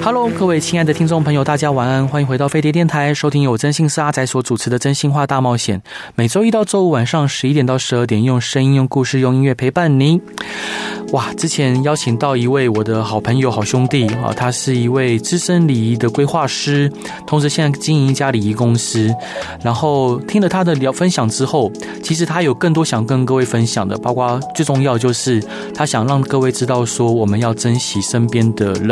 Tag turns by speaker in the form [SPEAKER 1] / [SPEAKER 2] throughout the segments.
[SPEAKER 1] Hello，各位亲爱的听众朋友，大家晚安，欢迎回到飞碟电台，收听由真心是阿仔所主持的《真心话大冒险》，每周一到周五晚上十一点到十二点，用声音、用故事、用音乐陪伴您。哇，之前邀请到一位我的好朋友、好兄弟啊，他是一位资深礼仪的规划师，同时现在经营一家礼仪公司。然后听了他的聊分享之后，其实他有更多想跟各位分享的，包括最重要就是他想让各位知道说，我们要珍惜身边的人。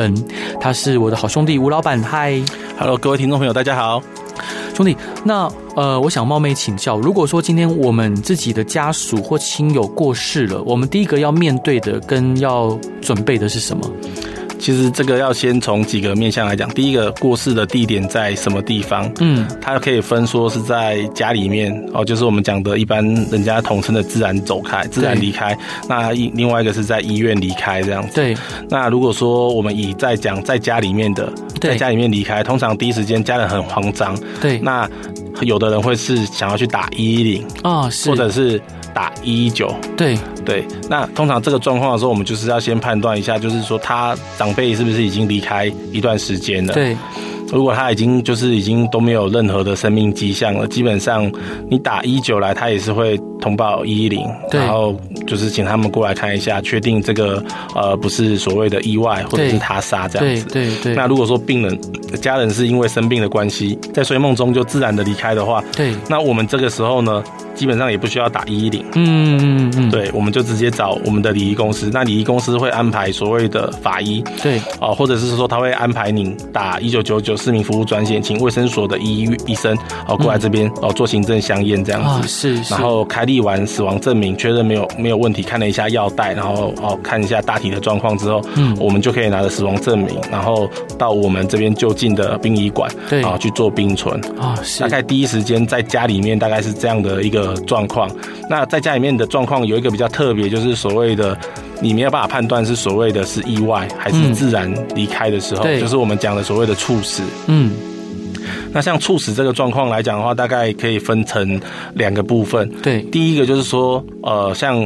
[SPEAKER 1] 他是我的好兄弟吴老板，嗨，
[SPEAKER 2] Hello，各位听众朋友，大家好。
[SPEAKER 1] 兄弟。那呃，我想冒昧请教，如果说今天我们自己的家属或亲友过世了，我们第一个要面对的跟要准备的是什么？
[SPEAKER 2] 其实这个要先从几个面向来讲。第一个，过世的地点在什么地方？
[SPEAKER 1] 嗯，
[SPEAKER 2] 它可以分说是在家里面哦，就是我们讲的一般人家统称的自然走开、自然离开。那一另外一个是在医院离开这样子。
[SPEAKER 1] 对，
[SPEAKER 2] 那如果说我们以在讲在家里面的，
[SPEAKER 1] 对
[SPEAKER 2] 在家里面离开，通常第一时间家人很慌张。
[SPEAKER 1] 对，
[SPEAKER 2] 那有的人会是想要去打一一零，
[SPEAKER 1] 啊、是，
[SPEAKER 2] 或者是打一一九。
[SPEAKER 1] 对，
[SPEAKER 2] 对，那通常这个状况的时候，我们就是要先判断一下，就是说他长辈是不是已经离开一段时间了。，
[SPEAKER 1] 对，
[SPEAKER 2] 如果他已经就是已经都没有任何的生命迹象了，基本上你打一九来，他也是会通报一一零，
[SPEAKER 1] 对
[SPEAKER 2] 然后就是请他们过来看一下，确定这个呃不是所谓的意外或者
[SPEAKER 1] 对
[SPEAKER 2] 是他杀这样
[SPEAKER 1] 对，
[SPEAKER 2] 子。
[SPEAKER 1] 对，对，
[SPEAKER 2] 那如果说病人家人是因为生病的关系，在睡梦中就自然的离开的话，
[SPEAKER 1] 对，
[SPEAKER 2] 那我们这个时候呢，基本上也不需要打一一零。
[SPEAKER 1] 嗯嗯嗯，
[SPEAKER 2] 对，我们就直接找我们的礼仪公司。那礼仪公司会安排所谓的法医
[SPEAKER 1] 对，
[SPEAKER 2] 哦，或者是说他会安排你打一九九九市民服务专线，请卫生所的医医生哦过来这边、哦做行政相验这样子。
[SPEAKER 1] 嗯啊，是是
[SPEAKER 2] 然，后开立完死亡证明，确认没有没有问题，看了一下药袋，然后哦看一下大体的状况之后，
[SPEAKER 1] 嗯
[SPEAKER 2] 我们就可以拿着死亡证明，然后到我们这边就近的殡仪馆，
[SPEAKER 1] 对
[SPEAKER 2] 啊、去做冰存。
[SPEAKER 1] 啊，是
[SPEAKER 2] 大，概第一时间在家里面大概是这样的一个状况。那在家里面的状况有一个比较特别，就是所谓的你没有办法判断是所谓的是意外还是
[SPEAKER 1] 嗯
[SPEAKER 2] 自然离开的时候，
[SPEAKER 1] 对
[SPEAKER 2] 就是我们讲的所谓的猝死。
[SPEAKER 1] 嗯，
[SPEAKER 2] 那像猝死这个状况来讲的话，大概可以分成两个部分。
[SPEAKER 1] 对，
[SPEAKER 2] 第一个就是说，呃，像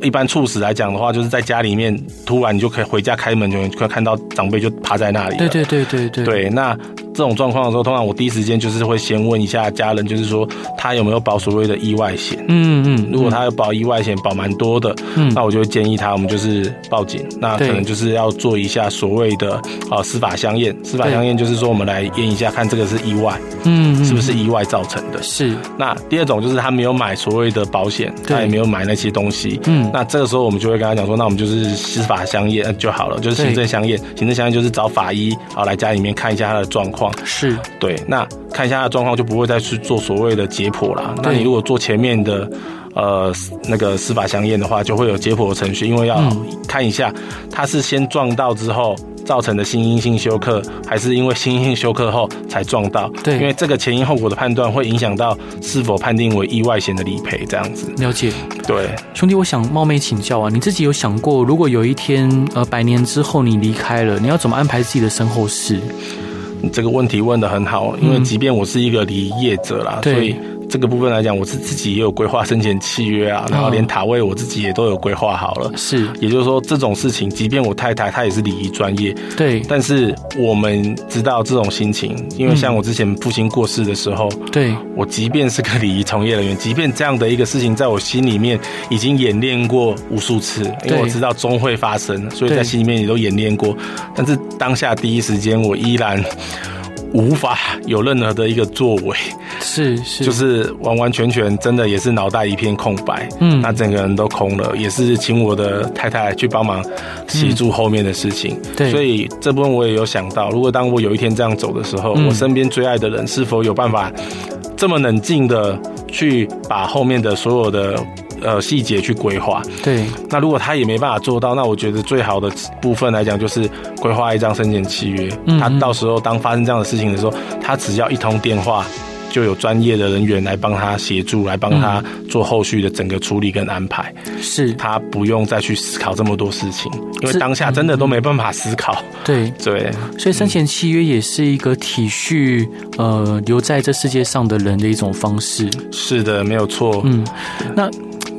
[SPEAKER 2] 一般猝死来讲的话，就是在家里面突然你就可以回家开门，就就看到长辈就趴在那里了。
[SPEAKER 1] 对，对，对，对，对，
[SPEAKER 2] 对，那这种状况的时候，通常我第一时间就是会先问一下家人，就是说他有没有保所谓的意外险。
[SPEAKER 1] 嗯嗯，
[SPEAKER 2] 如果他有保意外险，保蛮多的，
[SPEAKER 1] 嗯
[SPEAKER 2] 那我就会建议他，我们就是报警。那可
[SPEAKER 1] 对
[SPEAKER 2] 能就是要做一下所谓的呃司法相验。司法
[SPEAKER 1] 对
[SPEAKER 2] 相验就是说，我们来验一下，看这个是意外
[SPEAKER 1] 嗯，嗯
[SPEAKER 2] 是不是意外造成的。
[SPEAKER 1] 是，
[SPEAKER 2] 那第二种就是他没有买所谓的保险，
[SPEAKER 1] 对
[SPEAKER 2] 他也没有买那些东西。
[SPEAKER 1] 嗯
[SPEAKER 2] 那这个时候我们就会跟他讲说，那我们就是司法相验呃就好了，就是行政相验。行政相验就是找法医啊来家里面看一下他的状况。
[SPEAKER 1] 是，
[SPEAKER 2] 对，那看一下他的状况就不会再去做所谓的解剖啦。那
[SPEAKER 1] 对
[SPEAKER 2] 你如果做前面的。呃，那个司法相验的话，就会有解剖的程序，因为要
[SPEAKER 1] 嗯
[SPEAKER 2] 看一下他是先撞到之后造成的心因性休克，还是因为心因性休克后才撞到。
[SPEAKER 1] 对
[SPEAKER 2] 因为这个前因后果的判断会影响到是否判定为意外险的理赔，这样子。
[SPEAKER 1] 了解。
[SPEAKER 2] 对，
[SPEAKER 1] 兄弟，我想冒昧请教啊，你自己有想过，如果有一天，呃，百年之后你离开了，你要怎么安排自己的身后事？
[SPEAKER 2] 你这个问题问的很好，因为
[SPEAKER 1] 嗯
[SPEAKER 2] 即便我是一个离业者啦，
[SPEAKER 1] 对
[SPEAKER 2] 所以这个部分来讲，我是自己也有规划生前契约
[SPEAKER 1] 嗯
[SPEAKER 2] 啊，然后连塔位我自己也都有规划好了。
[SPEAKER 1] 是
[SPEAKER 2] 也就是说，这种事情，即便我太太她也是礼仪专业，
[SPEAKER 1] 对
[SPEAKER 2] 但是我们知道这种心情，因为像我之前父亲过世的时候，
[SPEAKER 1] 嗯对
[SPEAKER 2] 我即便是个礼仪从业人员，即便这样的一个事情在我心里面已经演练过无数次，因为我知道终会发生，所以在
[SPEAKER 1] 对
[SPEAKER 2] 心里面也都演练过。但是当下第一时间，我依然无法有任何的一个作为，
[SPEAKER 1] 是是
[SPEAKER 2] 就是完完全全真的也是脑袋一片空白。
[SPEAKER 1] 嗯
[SPEAKER 2] 那整个人都空了，也是请我的太太去帮忙协助后面的事情。
[SPEAKER 1] 对
[SPEAKER 2] 所以这部分我也有想到，如果当我有一天这样走的时候，
[SPEAKER 1] 嗯
[SPEAKER 2] 我身边最爱的人是否有办法这么冷静的去把后面的所有的呃细节去规划？
[SPEAKER 1] 对
[SPEAKER 2] 那如果他也没办法做到，那我觉得最好的部分来讲就是规划一张生前契约。
[SPEAKER 1] 嗯
[SPEAKER 2] 他到时候当发生这样的事情的时候，他只要一通电话。就有专业的人员来帮他协助，来帮他
[SPEAKER 1] 嗯
[SPEAKER 2] 做后续的整个处理跟安排。
[SPEAKER 1] 是
[SPEAKER 2] 他不用再去思考这么多事情，因为
[SPEAKER 1] 是嗯
[SPEAKER 2] 当下真的都没办法思考。
[SPEAKER 1] 对，
[SPEAKER 2] 对，
[SPEAKER 1] 所以生前契约也是一个体恤呃留在这世界上的人的一种方式。
[SPEAKER 2] 是的，没有错。
[SPEAKER 1] 嗯，那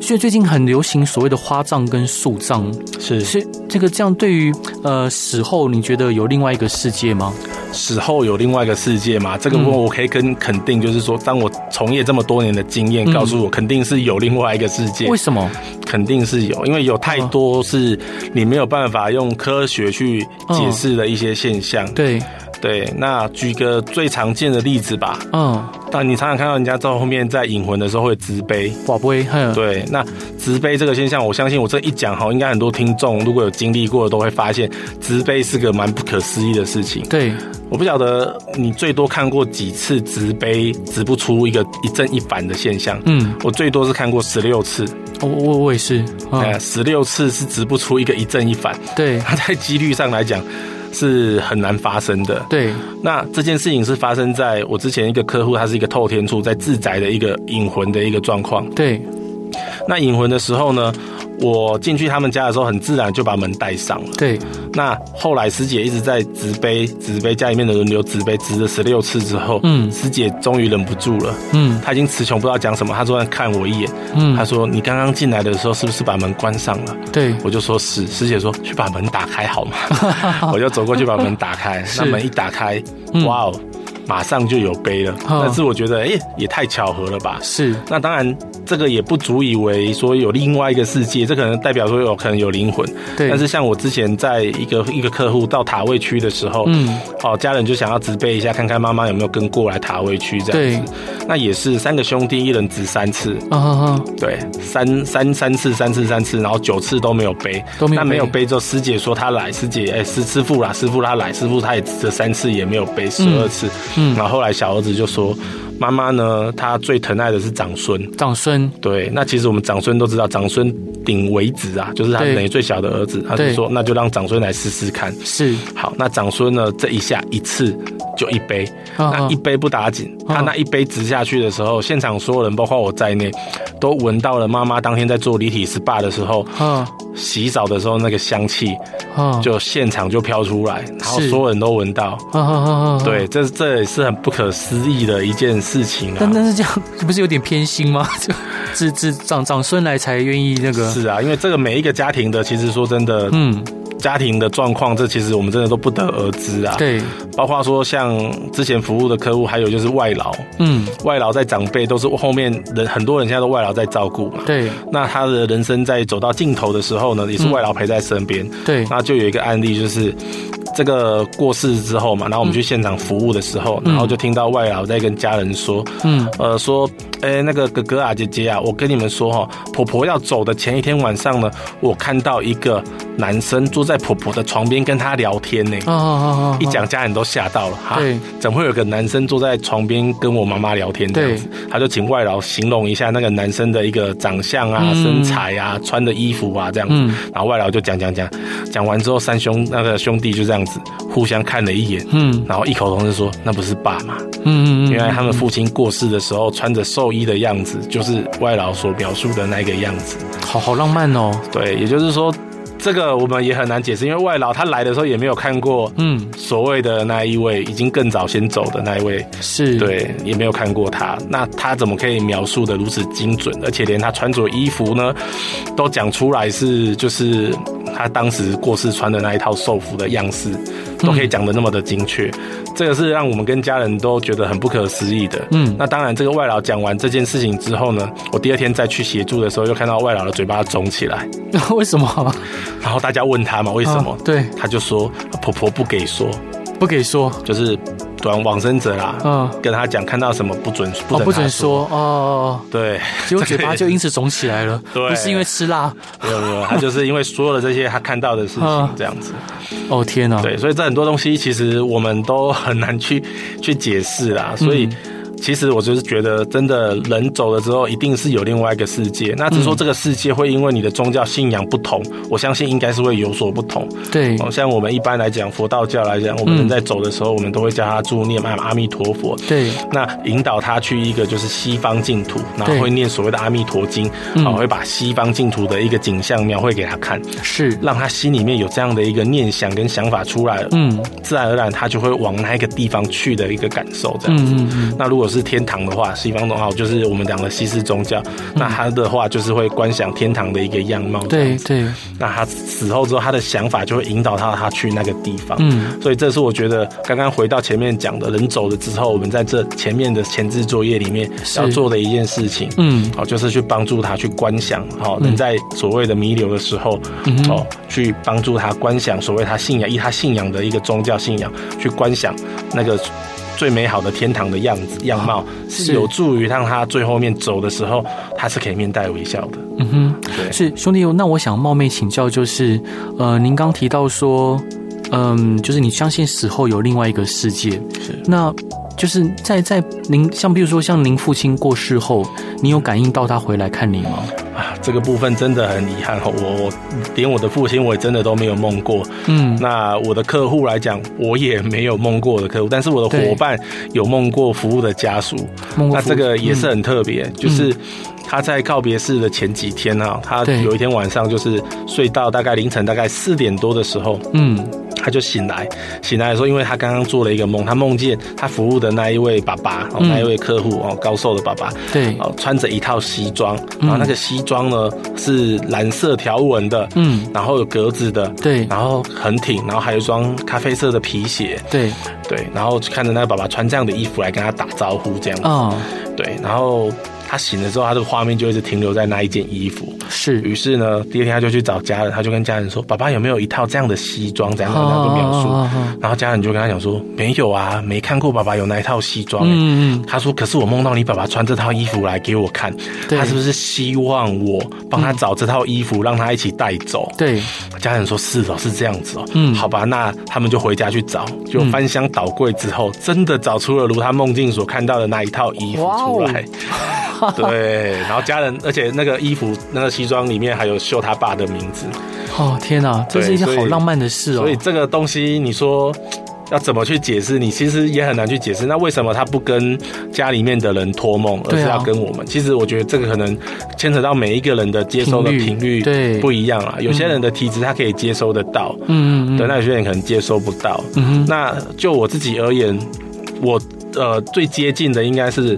[SPEAKER 1] 所以最近很流行所谓的花葬跟树葬，
[SPEAKER 2] 是
[SPEAKER 1] 是这个这样对于呃死后你觉得有另外一个世界吗？
[SPEAKER 2] 死后有另外一个世界嘛？这个
[SPEAKER 1] 嗯
[SPEAKER 2] 问我可以跟肯定，就是说，当我从业这么多年的经验
[SPEAKER 1] 嗯
[SPEAKER 2] 告诉我，肯定是有另外一个世界
[SPEAKER 1] 为，什么？
[SPEAKER 2] 肯定是有，因为有太多是你没有办法用科学去解释的一些现象。
[SPEAKER 1] 对，
[SPEAKER 2] 对，那举个最常见的例子吧，
[SPEAKER 1] 嗯，
[SPEAKER 2] 当你常常看到人家到后面在引魂的时候会自卑，
[SPEAKER 1] 瓦杯，哼，
[SPEAKER 2] 对，那慈悲这个现象，我相信我这一讲哈，应该很多听众如果有经历过的，都会发现慈悲是个蛮不可思议的事情。
[SPEAKER 1] 对，
[SPEAKER 2] 我不晓得你最多看过几次慈悲直不出一个一正一反的现象。
[SPEAKER 1] 嗯，
[SPEAKER 2] 我最多是看过十六次，
[SPEAKER 1] 我我我也是，
[SPEAKER 2] 哎、
[SPEAKER 1] 嗯，
[SPEAKER 2] 十六次是直不出一个一正一反，
[SPEAKER 1] 对
[SPEAKER 2] 它在几率上来讲是很难发生的。
[SPEAKER 1] 对，
[SPEAKER 2] 那这件事情是发生在我之前一个客户，他是一个透天处，在自宅的一个引魂的一个状况。
[SPEAKER 1] 对，
[SPEAKER 2] 那引魂的时候呢，我进去他们家的时候，很自然就把门带上了。
[SPEAKER 1] 对，
[SPEAKER 2] 那后来师姐一直在直杯，直杯家里面的轮流直杯，直了十六次之后，
[SPEAKER 1] 嗯
[SPEAKER 2] 师姐终于忍不住了，
[SPEAKER 1] 嗯
[SPEAKER 2] 她已经词穷不知道讲什么，她突然看我一眼，她
[SPEAKER 1] 嗯，
[SPEAKER 2] 说：“你刚刚进来的时候是不是把门关上了？”
[SPEAKER 1] 对，
[SPEAKER 2] 我就说是，师姐说去把门打开 好吗？我就走过去把门打开，那门一打开，
[SPEAKER 1] 嗯
[SPEAKER 2] 哇哦，马上就有杯了。
[SPEAKER 1] 哦
[SPEAKER 2] 但是我觉得，哎、也太巧合了吧？
[SPEAKER 1] 是，
[SPEAKER 2] 那当然，这个也不足以为说有另外一个世界，这可能代表说有可能有灵魂。
[SPEAKER 1] 对，
[SPEAKER 2] 但是像我之前在一个一个客户到塔位区的时候，
[SPEAKER 1] 嗯，
[SPEAKER 2] 哦，家人就想要植杯一下，看看妈妈有没有跟过来塔位区这样子。那也是三个兄弟，一人植三次，
[SPEAKER 1] 啊哈哈，
[SPEAKER 2] 对，三三三次，三次，三次，然后九次都没有杯，
[SPEAKER 1] 都没有
[SPEAKER 2] 那没有
[SPEAKER 1] 杯
[SPEAKER 2] 杯之后，师姐说她来，师姐哎师师傅啦，师傅他来，师傅他也植了三次也没有杯，十二次。
[SPEAKER 1] 嗯
[SPEAKER 2] 然后后来小儿子就说，妈妈呢，她最疼爱的是长孙。
[SPEAKER 1] 长孙，
[SPEAKER 2] 对，那其实我们长孙都知道，长孙顶为子啊，就是他
[SPEAKER 1] 对
[SPEAKER 2] 等于最小的儿子。他就
[SPEAKER 1] 对
[SPEAKER 2] 说，那就让长孙来试试看。
[SPEAKER 1] 是，
[SPEAKER 2] 好，那长孙呢，这一下一次就一杯，
[SPEAKER 1] 啊
[SPEAKER 2] 那
[SPEAKER 1] 哈
[SPEAKER 2] 一，杯不打紧，他
[SPEAKER 1] 嗯
[SPEAKER 2] 那一杯直下去的时候，现场所有人，包括我在内，都闻到了妈妈当天在做离体 SPA 的时候，
[SPEAKER 1] 啊
[SPEAKER 2] 洗澡的时候那个香气，
[SPEAKER 1] 啊，
[SPEAKER 2] 就现场就飘出来，然后
[SPEAKER 1] 是
[SPEAKER 2] 所有人都闻到。
[SPEAKER 1] 啊哈哈哈，
[SPEAKER 2] 对，。这这也是很不可思议的一件事情啊
[SPEAKER 1] 但。但是这样 不是有点偏心吗？ 就只只长长孙来才愿意那个，
[SPEAKER 2] 是啊，因为这个每一个家庭的，其实说真的，
[SPEAKER 1] 嗯，
[SPEAKER 2] 家庭的状况，这其实我们真的都不得而知啊。，
[SPEAKER 1] 对，
[SPEAKER 2] 包括说像之前服务的客户，还有就是外劳，
[SPEAKER 1] 嗯，
[SPEAKER 2] 外劳在长辈都是后面人很多人现在都外劳在照顾嘛。
[SPEAKER 1] 对
[SPEAKER 2] 那他的人生在走到尽头的时候呢，也是外劳陪在身边。
[SPEAKER 1] 对，
[SPEAKER 2] 那就有一个案例，就是这个过世之后嘛，然后我们去现场服务的时候，
[SPEAKER 1] 嗯
[SPEAKER 2] 然后就听到外劳在跟家人说，
[SPEAKER 1] 嗯，
[SPEAKER 2] 呃，说，哎、那个哥哥啊，姐姐啊，我跟你们说哈、婆婆要走的前一天晚上呢，我看到一个男生坐在婆婆的床边跟她聊天呢。
[SPEAKER 1] 啊啊啊啊，
[SPEAKER 2] 一讲家人都吓到了哈
[SPEAKER 1] 对，
[SPEAKER 2] 怎么会有个男生坐在床边跟我妈妈聊天这样子？他就请外劳形容一下那个男生的一个长相啊、
[SPEAKER 1] 嗯
[SPEAKER 2] 身材啊、穿的衣服啊这样子。
[SPEAKER 1] 嗯
[SPEAKER 2] 然后外劳就讲讲讲，讲完之后三兄那个兄弟就这样子互相看了一眼，
[SPEAKER 1] 嗯
[SPEAKER 2] 然后异口同声说：“那不是爸吗？”
[SPEAKER 1] 嗯嗯嗯，
[SPEAKER 2] 原来他们父亲过世的时候穿着寿衣的样子，就是外劳所描述的那个样子。
[SPEAKER 1] 好好浪漫哦，
[SPEAKER 2] 对，也就是说，这个我们也很难解释，因为外劳他来的时候也没有看过
[SPEAKER 1] 嗯，
[SPEAKER 2] 所谓的那一位已经更早先走的那一位，
[SPEAKER 1] 是，，
[SPEAKER 2] 对，也没有看过他。那他怎么可以描述的如此精准？而且连他穿着衣服呢，都讲出来是就是他当时过世穿的那一套寿服的样式，都可以讲的那么的精确。这个是让我们跟家人都觉得很不可思议的。
[SPEAKER 1] 嗯
[SPEAKER 2] 那当然，这个外劳讲完这件事情之后呢，我第二天再去协助的时候，又看到外劳的嘴巴肿起来，
[SPEAKER 1] 为什么？
[SPEAKER 2] 然后大家问他嘛，为什么？
[SPEAKER 1] 啊对，
[SPEAKER 2] 他就说婆婆不给说，
[SPEAKER 1] 不给说，
[SPEAKER 2] 就是往往生者啦，
[SPEAKER 1] 嗯，
[SPEAKER 2] 跟他讲看到什么不准不
[SPEAKER 1] 哦，
[SPEAKER 2] 准、
[SPEAKER 1] 不准。说哦，
[SPEAKER 2] 对，
[SPEAKER 1] 结果嘴巴 就因此肿起来了，
[SPEAKER 2] 对
[SPEAKER 1] 不是因为吃辣，
[SPEAKER 2] 没有没有，他就是因为说了这些他看到的事
[SPEAKER 1] 嗯
[SPEAKER 2] 情这样子，
[SPEAKER 1] 哦天哪，嗯
[SPEAKER 2] 对，所以这很多东西其实我们都很难去去解释啦，所以。其实我就是觉得，真的人走了之后，一定是有另外一个世界。那
[SPEAKER 1] 嗯
[SPEAKER 2] 只是说这个世界会因为你的宗教信仰不同，我相信应该是会有所不同。
[SPEAKER 1] 对，
[SPEAKER 2] 哦，像我们一般来讲，佛道教来讲，我
[SPEAKER 1] 嗯
[SPEAKER 2] 们人在走的时候，我们都会叫他助念阿阿弥陀佛。
[SPEAKER 1] 对，
[SPEAKER 2] 那引导他去一个就是西方净土，然后
[SPEAKER 1] 对
[SPEAKER 2] 会念所谓的阿弥陀经，
[SPEAKER 1] 嗯
[SPEAKER 2] 好，会把西方净土的一个景象描绘给他看，
[SPEAKER 1] 是，
[SPEAKER 2] 让他心里面有这样的一个念想跟想法出来，
[SPEAKER 1] 嗯
[SPEAKER 2] 自然而然他就会往那一个地方去的一个感受，这样子。
[SPEAKER 1] 嗯嗯嗯，
[SPEAKER 2] 那如果是天堂的话，西方的话就是我们讲的西式宗教，那
[SPEAKER 1] 嗯
[SPEAKER 2] 他的话就是会观想天堂的一个样貌。
[SPEAKER 1] 对，对，
[SPEAKER 2] 那他死后之后，他的想法就会引导他他去那个地方。
[SPEAKER 1] 嗯
[SPEAKER 2] 所以这是我觉得刚刚回到前面讲的，人走了之后，我们在这前面的前置作业里面
[SPEAKER 1] 是
[SPEAKER 2] 要做的一件事情。
[SPEAKER 1] 嗯
[SPEAKER 2] 好，就是去帮助他去观想，好、能在所谓的弥留的时候，
[SPEAKER 1] 嗯哼
[SPEAKER 2] 哦，去帮助他观想所谓他信仰，以他信仰的一个宗教信仰去观想那个最美好的天堂的样子样貌，
[SPEAKER 1] 是
[SPEAKER 2] 是有助于让他最后面走的时候，他是可以面带微笑的。
[SPEAKER 1] 嗯哼，
[SPEAKER 2] 对，
[SPEAKER 1] 是兄弟，那我想冒昧请教，就是呃，您刚提到说，嗯、就是你相信死后有另外一个世界，
[SPEAKER 2] 是
[SPEAKER 1] 那。就是在在您像比如说像您父亲过世后，你有感应到他回来看你吗？
[SPEAKER 2] 啊，这个部分真的很遗憾哦，我我连我的父亲我也真的都没有梦过。
[SPEAKER 1] 嗯，
[SPEAKER 2] 那我的客户来讲，我也没有梦过我的客户，但是我的
[SPEAKER 1] 对
[SPEAKER 2] 伙伴有梦过服务的家属。
[SPEAKER 1] 梦过嗯
[SPEAKER 2] 那
[SPEAKER 1] 父
[SPEAKER 2] 这个也是很特别，就是他在告别式的前几天啊，他
[SPEAKER 1] 对
[SPEAKER 2] 有一天晚上就是睡到大概凌晨大概四点多的时候，
[SPEAKER 1] 嗯
[SPEAKER 2] 他就醒来。醒来的时候，因为他刚刚做了一个梦，他梦见他服务的那一位爸爸，哦
[SPEAKER 1] 嗯
[SPEAKER 2] 那一位客户哦，高寿的爸爸，
[SPEAKER 1] 对，
[SPEAKER 2] 哦，穿着一套西装，
[SPEAKER 1] 嗯
[SPEAKER 2] 然后那个西装呢是蓝色条纹的，
[SPEAKER 1] 嗯
[SPEAKER 2] 然后有格子的。
[SPEAKER 1] 对
[SPEAKER 2] 然后很挺，然后还有一双咖啡色的皮鞋，
[SPEAKER 1] 对
[SPEAKER 2] 对，然后就看着那个爸爸穿这样的衣服来跟他打招呼，这样子。
[SPEAKER 1] 啊、
[SPEAKER 2] 对，然后他醒了之后，他这个画面就一直停留在那一件衣服。
[SPEAKER 1] 是
[SPEAKER 2] 于是呢，第二天他就去找家人，他就跟家人说：“爸爸有没有一套这样的西装？”怎样怎样怎样就描述。
[SPEAKER 1] 啊啊啊啊
[SPEAKER 2] 然后家人就跟他讲说：“没有啊，没看过爸爸有那一套西装、欸。
[SPEAKER 1] 嗯嗯
[SPEAKER 2] 他说：“可是我梦到你爸爸穿这套衣服来给我看，
[SPEAKER 1] 对嗯
[SPEAKER 2] 他是不是希望我帮他找这套衣服，让他一起带走？”
[SPEAKER 1] 对
[SPEAKER 2] 家人说：“是哦，是这样子哦。”
[SPEAKER 1] 嗯
[SPEAKER 2] 好吧，那他们就回家去找，就翻箱倒柜之后，真的找出了如他梦境所看到的那一套衣服出来。
[SPEAKER 1] 哦
[SPEAKER 2] 对，然后家人，而且那个衣服、那个西装里面还有绣他爸的名字，
[SPEAKER 1] 哦天哪，这是一件
[SPEAKER 2] 对所以
[SPEAKER 1] 好浪漫的事哦
[SPEAKER 2] 所以，这个东西你说。要怎么去解释？你其实也很难去解释。那为什么他不跟家里面的人托梦，而
[SPEAKER 1] 对啊
[SPEAKER 2] 是要跟我们？其实我觉得这个可能牵扯到每一个人的接收的
[SPEAKER 1] 频率
[SPEAKER 2] 频率
[SPEAKER 1] 对嗯
[SPEAKER 2] 不一样啊。有些人的体质他可以接收得到，
[SPEAKER 1] 嗯嗯嗯，
[SPEAKER 2] 对，那有些人可能接收不到。
[SPEAKER 1] 嗯哼，
[SPEAKER 2] 那就我自己而言，我呃最接近的应该是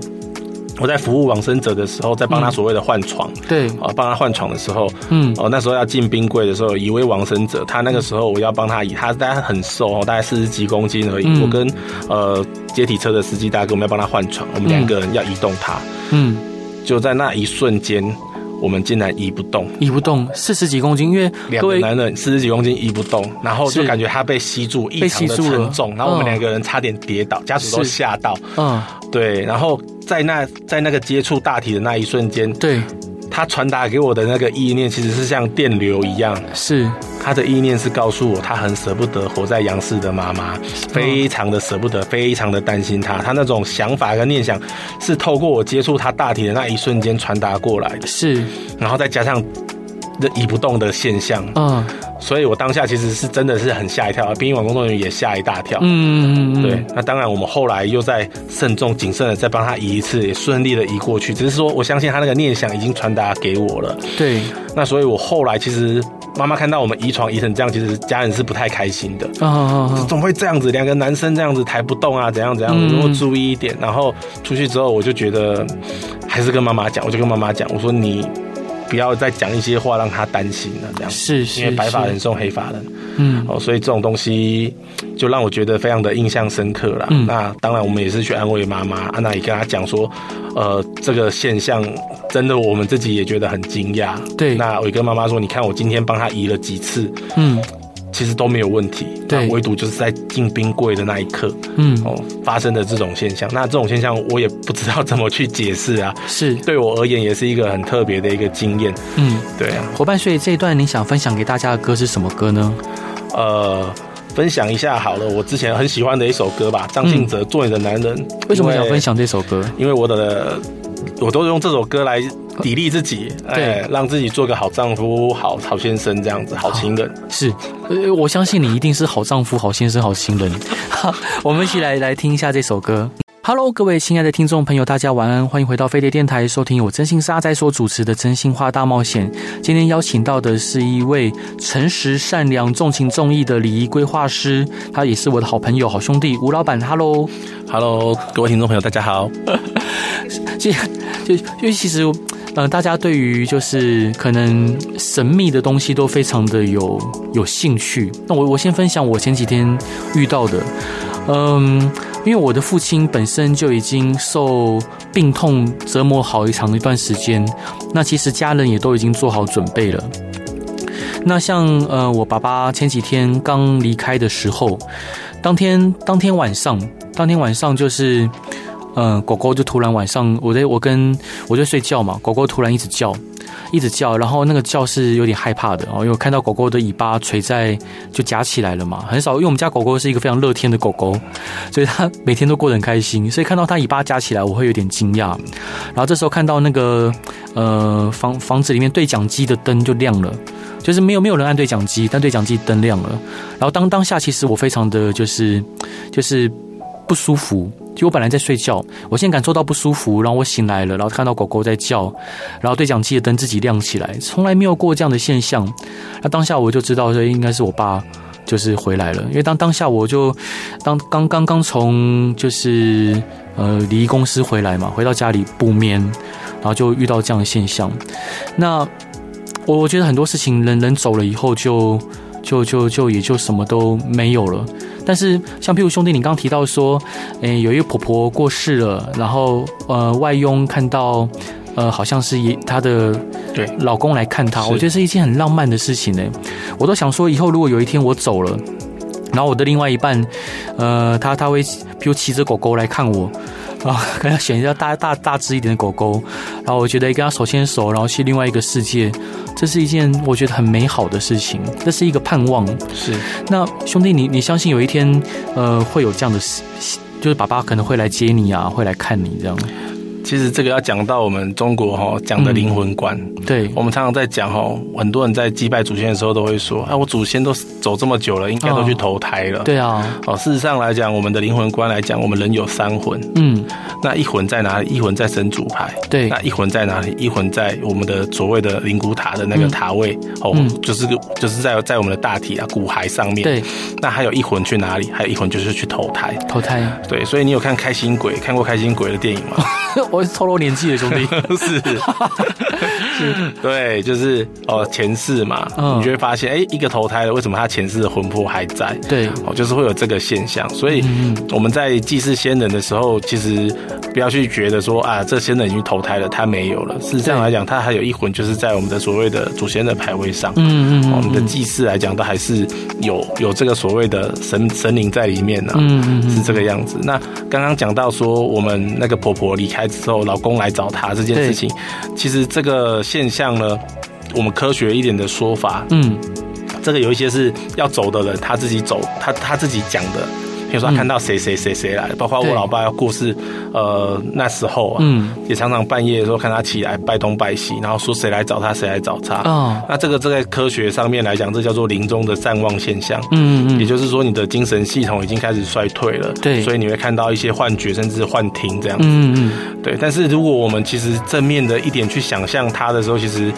[SPEAKER 2] 我在服务往生者的时候，在帮他
[SPEAKER 1] 嗯
[SPEAKER 2] 所谓的换床
[SPEAKER 1] 对，
[SPEAKER 2] 啊，帮、他换床的时候，
[SPEAKER 1] 嗯
[SPEAKER 2] 哦，那时候要进冰柜的时候，有一位往生者，他那个时候我要帮他移，他大概很瘦哦，大概四十几公斤而已。
[SPEAKER 1] 嗯
[SPEAKER 2] 我跟呃接体车的司机大哥，我们要帮他换床，我们两个人要移动他，
[SPEAKER 1] 嗯，
[SPEAKER 2] 就在那一瞬间，我们竟然移不动。
[SPEAKER 1] 移不动，四十几公斤，因为
[SPEAKER 2] 两
[SPEAKER 1] 各
[SPEAKER 2] 个
[SPEAKER 1] 位
[SPEAKER 2] 男人四十几公斤移不动，然后就是感觉他被吸住，异常
[SPEAKER 1] 吸
[SPEAKER 2] 的
[SPEAKER 1] 住了
[SPEAKER 2] 沉重，然后我
[SPEAKER 1] 嗯
[SPEAKER 2] 们两个人差点跌倒，家属都
[SPEAKER 1] 是
[SPEAKER 2] 吓到。
[SPEAKER 1] 嗯
[SPEAKER 2] 对，然后在那在那个接触大体的那一瞬间，
[SPEAKER 1] 对
[SPEAKER 2] 他传达给我的那个意念其实是像电流一样，
[SPEAKER 1] 是
[SPEAKER 2] 他的意念是告诉我，他很舍不得活在杨氏的妈妈，非常的舍不得，非常的担心他。他那种想法跟念想是透过我接触他大体的那一瞬间传达过来的，
[SPEAKER 1] 是
[SPEAKER 2] 然后再加上这移不动的现象，
[SPEAKER 1] 嗯
[SPEAKER 2] 所以我当下其实是真的是很吓一跳，殡仪馆工作人员也吓一大跳。
[SPEAKER 1] 嗯嗯嗯，
[SPEAKER 2] 对，那当然，我们后来又在慎重谨慎的再帮他移一次，也顺利的移过去。只是说，我相信他那个念想已经传达给我了。
[SPEAKER 1] 对
[SPEAKER 2] 那所以，我后来其实妈妈看到我们移床移成这样，其实家人是不太开心的。
[SPEAKER 1] 啊啊啊
[SPEAKER 2] 怎么会这样子？两个男生这样子抬不动啊，怎样怎样？
[SPEAKER 1] 嗯
[SPEAKER 2] 如果注意一点。然后出去之后，我就觉得还是跟妈妈讲，我就跟妈妈讲，我说你不要再讲一些话让她担心了，这样子。
[SPEAKER 1] 嗯是是
[SPEAKER 2] 因为白发人
[SPEAKER 1] 是
[SPEAKER 2] 送黑发人，
[SPEAKER 1] 嗯
[SPEAKER 2] 哦，所以这种东西就让我觉得非常的印象深刻啦。
[SPEAKER 1] 嗯
[SPEAKER 2] 那当然，我们也是去安慰妈妈，啊那也跟她讲说，呃，这个现象真的我们自己也觉得很惊讶。
[SPEAKER 1] 对
[SPEAKER 2] 那我也跟妈妈说，你看我今天帮她移了几次，
[SPEAKER 1] 嗯
[SPEAKER 2] 其实都没有问题，
[SPEAKER 1] 对
[SPEAKER 2] 那唯独就是在进冰柜的那一刻
[SPEAKER 1] 嗯
[SPEAKER 2] 哦发生的这种现象。那这种现象我也不知道怎么去解释啊，
[SPEAKER 1] 是
[SPEAKER 2] 对我而言也是一个很特别的一个经验。
[SPEAKER 1] 嗯
[SPEAKER 2] 对啊，
[SPEAKER 1] 伙伴，所以这一段你想分享给大家的歌是什么歌呢？
[SPEAKER 2] 呃，分享一下好了，我之前很喜欢的一首歌吧，张信哲《做你的男人》。
[SPEAKER 1] 为什么想
[SPEAKER 2] 因
[SPEAKER 1] 分享这首歌？
[SPEAKER 2] 因为我的我都用这首歌来砥砺自己，
[SPEAKER 1] 对
[SPEAKER 2] 哎，让自己做个好丈夫、好好先生这样子，好情人。
[SPEAKER 1] 是，呃，我相信你一定是好丈夫、好先生、好情人。 哈我们一起来来听一下这首歌。Hello，各位亲爱的听众朋友，大家晚安，欢迎回到飞碟电台，收听由我真心沙仔所主持的《真心话大冒险》。今天邀请到的是一位诚实、善良、重情重义的礼仪规划师，他也是我的好朋友、好兄弟吴老板。Hello，
[SPEAKER 2] Hello，各位听众朋友，大家好。
[SPEAKER 1] 其就因为其实，呃，大家对于就是可能神秘的东西都非常的有有兴趣。那我我先分享我前几天遇到的，嗯，因为我的父亲本身就已经受病痛折磨好一长一段时间，那其实家人也都已经做好准备了。那像呃，我爸爸前几天刚离开的时候，当天当天晚上，当天晚上就是嗯，狗狗就突然晚上，我在我跟我在睡觉嘛，狗狗突然一直叫，一直叫，然后那个叫是有点害怕的哦，因为我看到狗狗的尾巴垂在就夹起来了嘛，很少，因为我们家狗狗是一个非常乐天的狗狗，所以它每天都过得很开心，所以看到它尾巴夹起来，我会有点惊讶。然后这时候看到那个呃房房子里面对讲机的灯就亮了。就是没有没有人按对讲机，但对讲机灯亮了。然后当当下，其实我非常的就是就是不舒服，就我本来在睡觉，我现在感受到不舒服，然后我醒来了，然后看到狗狗在叫，然后对讲机的灯自己亮起来，从来没有过这样的现象。那当下我就知道，这应该是我爸就是回来了，因为当当下我就当刚刚刚从就是呃离公司回来嘛，回到家里补眠，然后就遇到这样的现象。那我我觉得很多事情，人人走了以后就。就就就也就什么都没有了，但是像譬如兄弟，你刚刚提到说，诶、有一个婆婆过世了，然后呃，外佣看到，呃，好像是也她的
[SPEAKER 2] 对
[SPEAKER 1] 老公来看她，
[SPEAKER 2] 是
[SPEAKER 1] 我觉得是一件很浪漫的事情呢。我都想说，以后如果有一天我走了，然后我的另外一半，呃，他他会比如骑着狗狗来看我。啊，可能要选一下大大大只一点的狗狗，然后我觉得跟他手牵手，然后去另外一个世界，这是一件我觉得很美好的事情，这是一个盼望。
[SPEAKER 2] 是，
[SPEAKER 1] 那兄弟你，你相信有一天，呃，会有这样的事，就是爸爸可能会来接你啊，会来看你这样。
[SPEAKER 2] 其实这个要讲到我们中国哈、讲的灵魂观。
[SPEAKER 1] 对，
[SPEAKER 2] 我们常常在讲哈，很多人在祭拜祖先的时候都会说：“啊，我祖先都走这么久了，应该都去投胎了。
[SPEAKER 1] 对啊，
[SPEAKER 2] 哦，事实上来讲，我们的灵魂观来讲，我们人有三魂，
[SPEAKER 1] 嗯，
[SPEAKER 2] 那一魂在哪里？一魂在神主牌，
[SPEAKER 1] 对
[SPEAKER 2] 那一魂在哪里？一魂在我们的所谓的灵骨塔的那个塔位，哦，
[SPEAKER 1] 嗯
[SPEAKER 2] 就是就是在在我们的大体啊骨骸上面。，
[SPEAKER 1] 对，
[SPEAKER 2] 那还有一魂去哪里？还有一魂就是去投胎。
[SPEAKER 1] 投胎，
[SPEAKER 2] 对，所以你有看《开心鬼》看过《开心鬼》的电影吗？
[SPEAKER 1] 我透露年纪了，兄 弟。
[SPEAKER 2] 是，对，就是哦前世嘛，
[SPEAKER 1] 嗯
[SPEAKER 2] 你就会发现，哎、一个投胎了，为什么他前世的魂魄还在？
[SPEAKER 1] 对，
[SPEAKER 2] 哦，就是会有这个现象，所以
[SPEAKER 1] 嗯
[SPEAKER 2] 我们在祭祀先人的时候，其实不要去觉得说啊，这先人已经投胎了，他没有了。事实上来讲，他还有一魂，就是在我们的所谓的祖先的牌位上。
[SPEAKER 1] 嗯
[SPEAKER 2] 哦我
[SPEAKER 1] 嗯
[SPEAKER 2] 们的祭祀来讲，都还是有有这个所谓的神神灵在里面呢、啊
[SPEAKER 1] 嗯嗯
[SPEAKER 2] 是
[SPEAKER 1] 嗯，
[SPEAKER 2] 这个样子。那刚刚讲到说，我们那个婆婆离开之后，老公来找她这件事情，其实这个现象呢，我们科学一点的说法，
[SPEAKER 1] 嗯，
[SPEAKER 2] 这个有一些是要走的人他自己走，他他自己讲的。比如说
[SPEAKER 1] 嗯
[SPEAKER 2] 他看到谁谁谁谁来，包括
[SPEAKER 1] 对
[SPEAKER 2] 我老爸过世，呃，那时候啊，
[SPEAKER 1] 嗯
[SPEAKER 2] 也常常半夜的时候看他起来拜东拜西，然后说谁来找他，谁来找他。
[SPEAKER 1] 啊，
[SPEAKER 2] 那这个这个科学上面来讲，这叫做临终的暂忘现象。
[SPEAKER 1] 嗯嗯
[SPEAKER 2] 也就是说，你的精神系统已经开始衰退了，
[SPEAKER 1] 对
[SPEAKER 2] 所以你会看到一些幻觉，甚至幻听这样子，
[SPEAKER 1] 嗯嗯，
[SPEAKER 2] 对。但是如果我们其实正面的一点去想象它的时候，其实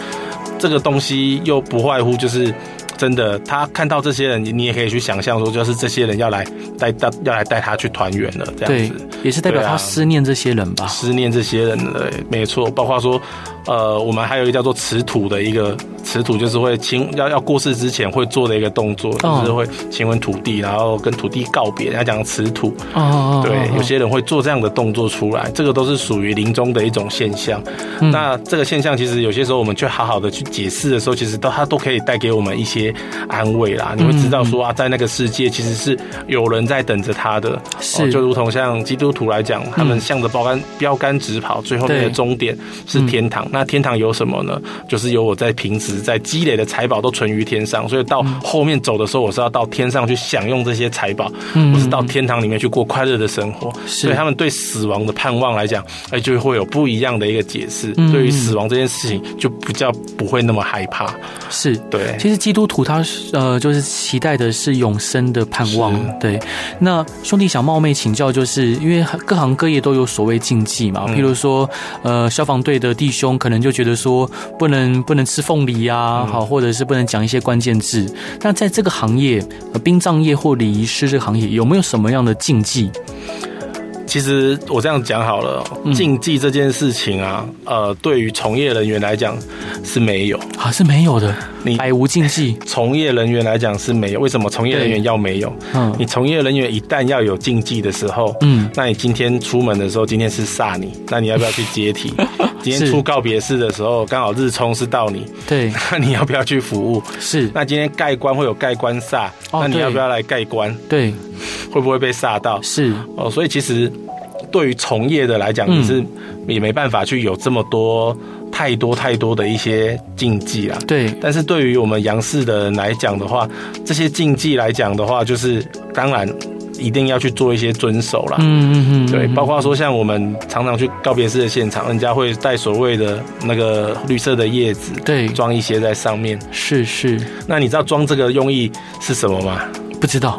[SPEAKER 2] 这个东西又不外乎就是真的，他看到这些人，你也可以去想象说，就是这些人要来带带要来带他去团圆了，这样
[SPEAKER 1] 对
[SPEAKER 2] 子。，
[SPEAKER 1] 也是代表
[SPEAKER 2] 对啊
[SPEAKER 1] 他思念这些人吧？
[SPEAKER 2] 啊思念这些人的，没错，包括说，呃，我们还有一个叫做持土的一个持土，就是会亲要要过世之前会做的一个动作，
[SPEAKER 1] 哦
[SPEAKER 2] 就是会亲吻土地，然后跟土地告别，人家讲持土，
[SPEAKER 1] 哦哦，哦
[SPEAKER 2] 对，有
[SPEAKER 1] 哦
[SPEAKER 2] 些人会做这样的动作出来，这个都是属于临终的一种现象。
[SPEAKER 1] 嗯
[SPEAKER 2] 那这个现象，其实有些时候我们去好好的去解释的时候，其实都它都可以带给我们一些安慰
[SPEAKER 1] 嗯
[SPEAKER 2] 啦。你会知道说啊，在那个世界其实是有人在等着他的，
[SPEAKER 1] 是
[SPEAKER 2] 哦就如同像基督徒来讲，他们向着标杆标杆直跑，最后那
[SPEAKER 1] 对嗯
[SPEAKER 2] 个终点是天堂。那天堂有什么呢？就是有我在平时在积累的财宝都存于天上，所以到后面走的时候，我是要到天上去享用这些财宝，
[SPEAKER 1] 嗯
[SPEAKER 2] 不是到天堂里面去过快乐的生活。
[SPEAKER 1] 是
[SPEAKER 2] 所以他们对死亡的盼望来讲，哎，就会有不一样的一个解释。
[SPEAKER 1] 嗯
[SPEAKER 2] 对于死亡这件事情，就比较不会那么害怕。
[SPEAKER 1] 是。
[SPEAKER 2] 对，
[SPEAKER 1] 其实基督徒他是呃，就是期待的是永生的盼望
[SPEAKER 2] 是。
[SPEAKER 1] 对，那兄弟想冒昧请教，就是因为各行各业都有所谓禁忌嘛，
[SPEAKER 2] 嗯
[SPEAKER 1] 譬如说，呃，消防队的弟兄可能就觉得说不能不能吃凤梨
[SPEAKER 2] 嗯
[SPEAKER 1] 啊，好、或者是不能讲一些关键字。那在这个行业，呃，殡葬业或礼仪师这个行业，有没有什么样的禁忌？
[SPEAKER 2] 其实我这样讲好了
[SPEAKER 1] 嗯，
[SPEAKER 2] 禁忌这件事情啊，呃，对于从业人员来讲是没有，
[SPEAKER 1] 啊，是没有的，
[SPEAKER 2] 你
[SPEAKER 1] 百无禁 忌。
[SPEAKER 2] 从业人员来讲是没有。为什么从业人员要没有？
[SPEAKER 1] 嗯
[SPEAKER 2] 你从业人员一旦要有禁忌的时候，
[SPEAKER 1] 嗯，
[SPEAKER 2] 那你今天出门的时候，今天是煞你，那你要不要去接 体？今天
[SPEAKER 1] 是
[SPEAKER 2] 出告别式的时候，刚好日冲是到你，
[SPEAKER 1] 对，
[SPEAKER 2] 那你要不要去服务？
[SPEAKER 1] 是，
[SPEAKER 2] 那今天盖棺会有盖棺煞，
[SPEAKER 1] 哦
[SPEAKER 2] 那你
[SPEAKER 1] 对
[SPEAKER 2] 要不要来盖棺？
[SPEAKER 1] 对，
[SPEAKER 2] 会不会被煞到？
[SPEAKER 1] 是，
[SPEAKER 2] 哦，所以其实对于从业的来讲，
[SPEAKER 1] 嗯
[SPEAKER 2] 你是也没办法去有这么多太多太多的一些禁忌啦。
[SPEAKER 1] 对，
[SPEAKER 2] 但是对于我们杨氏的人来讲的话，这些禁忌来讲的话，就是当然一定要去做一些遵守啦。
[SPEAKER 1] 嗯嗯嗯，
[SPEAKER 2] 对，
[SPEAKER 1] 嗯
[SPEAKER 2] 包括说像我们常常去告别式的现场，人家会带所谓的那个绿色的叶子
[SPEAKER 1] 对，
[SPEAKER 2] 装一些在上面。
[SPEAKER 1] 是是，
[SPEAKER 2] 那你知道装这个用意是什么吗？
[SPEAKER 1] 不知道，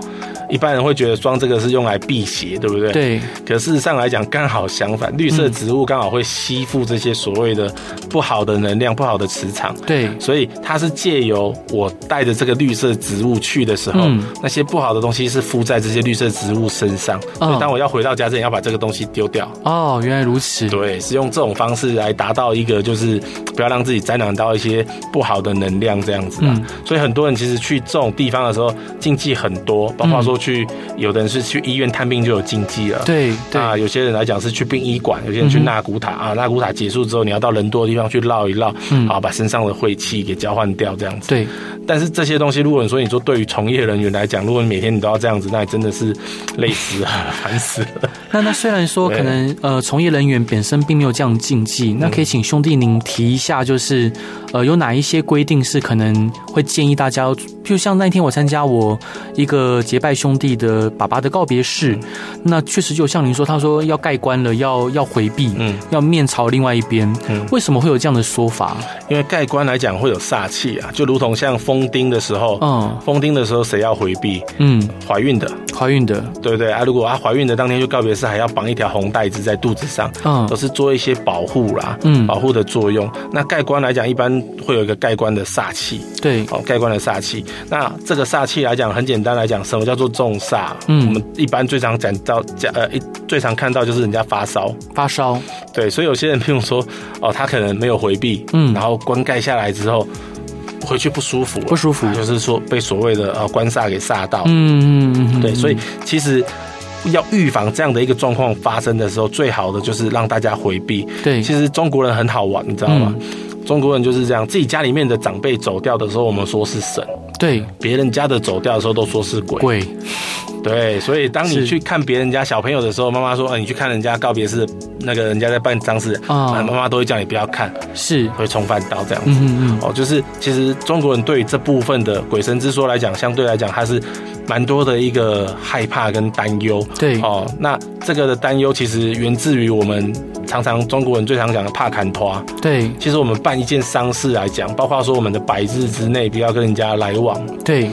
[SPEAKER 2] 一般人会觉得装这个是用来辟邪，对不对？。
[SPEAKER 1] 对，
[SPEAKER 2] 可事实上来讲，刚好相反，绿色植物刚好会吸附这些所谓的不好的能量、不好的磁场。
[SPEAKER 1] 对，
[SPEAKER 2] 所以它是借由我带着这个绿色植物去的时候，
[SPEAKER 1] 嗯
[SPEAKER 2] 那些不好的东西是附在这些绿色植物身上。
[SPEAKER 1] 嗯
[SPEAKER 2] 所以当我要回到家之前，要把这个东西丢掉。
[SPEAKER 1] 哦，原来如此，
[SPEAKER 2] 对，是用这种方式来达到一个，就是不要让自己沾染到一些不好的能量这样子啊。
[SPEAKER 1] 嗯
[SPEAKER 2] 所以很多人其实去这种地方的时候，禁忌很多，包括说去、有的人是去医院探病就有禁忌了。
[SPEAKER 1] 对
[SPEAKER 2] 啊，
[SPEAKER 1] 对，
[SPEAKER 2] 有些人来讲是去殡仪馆，有些人去
[SPEAKER 1] 嗯哼
[SPEAKER 2] 纳古塔、啊，纳古塔结束之后，你要到人多的地方去绕一绕，
[SPEAKER 1] 嗯
[SPEAKER 2] 啊，把身上的晦气给交换掉这样子。
[SPEAKER 1] 对，
[SPEAKER 2] 但是这些东西，如果你说你说对于从业人员来讲，如果你每天你都要这样子，那你真的是累死了， 烦死了。
[SPEAKER 1] 那那虽然说
[SPEAKER 2] 对嗯
[SPEAKER 1] 可能呃从业人员本身并没有这样禁忌，那可以请兄弟您提一下，就是呃有哪一些规定是可能会建议大家，就像那天我参加我一个结拜兄弟的爸爸的告别式，
[SPEAKER 2] 嗯
[SPEAKER 1] 那确实就像您说，他说要盖棺了，要要回避，
[SPEAKER 2] 嗯
[SPEAKER 1] 要面朝另外一边，
[SPEAKER 2] 嗯
[SPEAKER 1] 为什么会有这样的说法？
[SPEAKER 2] 因为盖棺来讲会有煞气啊，就如同像封钉的时候，
[SPEAKER 1] 嗯
[SPEAKER 2] 封钉的时候谁要回避？
[SPEAKER 1] 嗯，
[SPEAKER 2] 怀孕的，
[SPEAKER 1] 怀孕的，
[SPEAKER 2] 对不对啊？如果她怀孕的当天就告别式，还要绑一条红带子在肚子上，
[SPEAKER 1] 嗯
[SPEAKER 2] 都是做一些保护啦，
[SPEAKER 1] 嗯
[SPEAKER 2] 保护的作用。那盖棺来讲，一般会有一个盖棺的煞气，
[SPEAKER 1] 对，
[SPEAKER 2] 哦，盖棺的煞气。那这个煞气来讲，很简单来讲，什么叫做重煞？
[SPEAKER 1] 嗯
[SPEAKER 2] 我们一般最常讲到讲呃，一最常看到就是人家发烧，
[SPEAKER 1] 发烧，
[SPEAKER 2] 对，所以有些人譬如说，哦，他可能没有回避，
[SPEAKER 1] 嗯
[SPEAKER 2] 然后棺盖下来之后。回去不舒服了，
[SPEAKER 1] 不舒服
[SPEAKER 2] 就是说被所谓的呃官煞给煞到，
[SPEAKER 1] 嗯嗯嗯嗯，
[SPEAKER 2] 对，
[SPEAKER 1] 嗯
[SPEAKER 2] 所以其实要预防这样的一个状况发生的时候，最好的就是让大家回避。
[SPEAKER 1] 对，嗯
[SPEAKER 2] 其实中国人很好玩，你知道吗？中国人就是这样，自己家里面的长辈走掉的时候，我们说是神；
[SPEAKER 1] 对
[SPEAKER 2] 别人家的走掉的时候，都说是鬼。
[SPEAKER 1] 鬼，
[SPEAKER 2] 对，所以当
[SPEAKER 1] 是
[SPEAKER 2] 你去看别人家小朋友的时候，妈妈说：“呃，你去看人家告别式，那个人家在办丧事，
[SPEAKER 1] 啊
[SPEAKER 2] 啊，妈妈都会叫你不要看，
[SPEAKER 1] 是，
[SPEAKER 2] 会冲犯到这样子。
[SPEAKER 1] 嗯嗯嗯，
[SPEAKER 2] 哦，就是其实中国人对于这部分的鬼神之说来讲，相对来讲它是蛮多的一个害怕跟担忧。
[SPEAKER 1] 对，
[SPEAKER 2] 哦，那这个的担忧其实源自于我们常常中国人最常讲的怕砍拖。
[SPEAKER 1] 对
[SPEAKER 2] 其实我们办一件丧事来讲，包括说我们的百日之内不要跟人家来往
[SPEAKER 1] 对，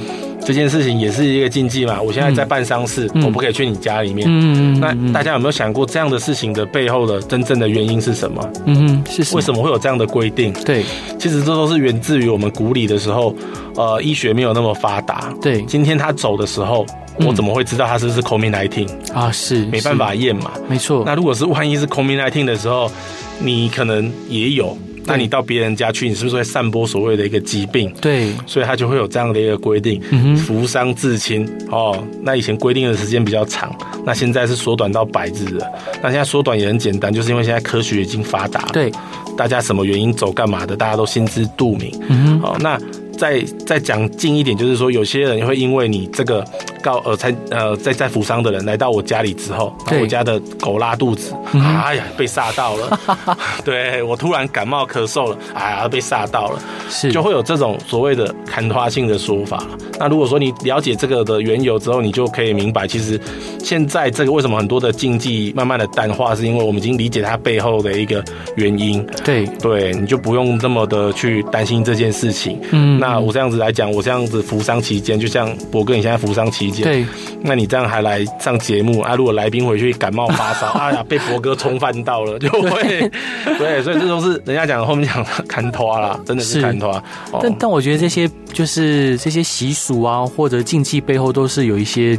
[SPEAKER 2] 这件事情，也是一个禁忌嘛。我现在在办丧事，
[SPEAKER 1] 嗯
[SPEAKER 2] 我不可以去你家里面。
[SPEAKER 1] 嗯嗯嗯，
[SPEAKER 2] 那
[SPEAKER 1] 嗯
[SPEAKER 2] 大家有没有想过这样的事情的背后的真正的原因是什么？
[SPEAKER 1] 嗯嗯是么？
[SPEAKER 2] 为什么会有这样的规定？
[SPEAKER 1] 对
[SPEAKER 2] 其实这都是源自于我们古礼的时候，呃，医学没有那么发达。
[SPEAKER 1] 对
[SPEAKER 2] 今天他走的时候，
[SPEAKER 1] 嗯
[SPEAKER 2] 我怎么会知道他是不是 COVID 1 9
[SPEAKER 1] 啊是，
[SPEAKER 2] 没办法验嘛。
[SPEAKER 1] 是，没错，
[SPEAKER 2] 那如果是万一是 COVID 1 9的时候，你可能也有，那你到别人家去，你是不是会散播所谓的一个疾病？
[SPEAKER 1] 对，
[SPEAKER 2] 所以他就会有这样的一个规定，
[SPEAKER 1] 嗯哼，
[SPEAKER 2] 扶伤至亲哦。那以前规定的时间比较长，那现在是缩短到百日了。那现在缩短也很简单，就是因为现在科学已经发达了。
[SPEAKER 1] 对
[SPEAKER 2] 大家什么原因走干嘛的，大家都心知肚明。
[SPEAKER 1] 嗯哼，
[SPEAKER 2] 好，那再再讲近一点，就是说，有些人会因为你这个告呃参呃在在扶伤的人来到我家里之后，
[SPEAKER 1] 对
[SPEAKER 2] 我家的狗拉肚子，
[SPEAKER 1] 嗯哼
[SPEAKER 2] 哎呀被吓到了， 对我突然感冒咳嗽了，哎呀被吓到了，
[SPEAKER 1] 是，
[SPEAKER 2] 就会有这种所谓的砍花性的说法。那如果说你了解这个的缘由之后，你就可以明白，其实现在这个为什么很多的禁忌慢慢的淡化，是因为我们已经理解它背后的一个原因。
[SPEAKER 1] 对，
[SPEAKER 2] 对，你就不用那么的去担心这件事情。
[SPEAKER 1] 嗯，
[SPEAKER 2] 那我这样子来讲，我这样子服伤期间，就像博哥你现在服伤期间，，
[SPEAKER 1] 对，
[SPEAKER 2] 那你这样还来上节目啊？如果来宾回去感冒发 烧，哎呀，被博哥冲犯到了，就会， 对，所以这都是人家讲的后面讲的 砍拖啦，真的是
[SPEAKER 1] 是
[SPEAKER 2] 砍拖。哦
[SPEAKER 1] 但但我觉得这些就是这些习俗啊，或者禁忌背后都是有一些，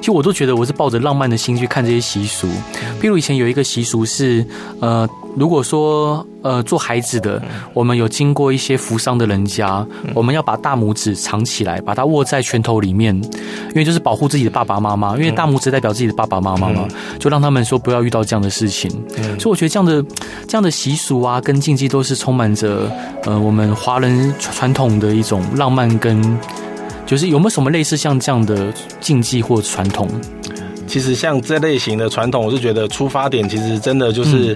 [SPEAKER 1] 其实我都觉得我是抱着浪漫的心去看这些习俗。譬如以前有一个习俗是，呃，如果说呃做孩子的，我们有经过一些扶伤的人家，我们要把大拇指藏起来，把它握在拳头里面，因为就是保护自己的爸爸妈妈，因为大拇指代表自己的爸爸妈妈嘛，就让他们说不要遇到这样的事情。
[SPEAKER 2] 嗯
[SPEAKER 1] 所以我觉得这样的这样的习俗啊，跟禁忌都是充满着呃我们华人传统的一种浪漫跟。就是有没有什么类似像这样的禁忌或传统？
[SPEAKER 2] 其实像这类型的传统，我是觉得出发点其实真的
[SPEAKER 1] 嗯
[SPEAKER 2] 就是，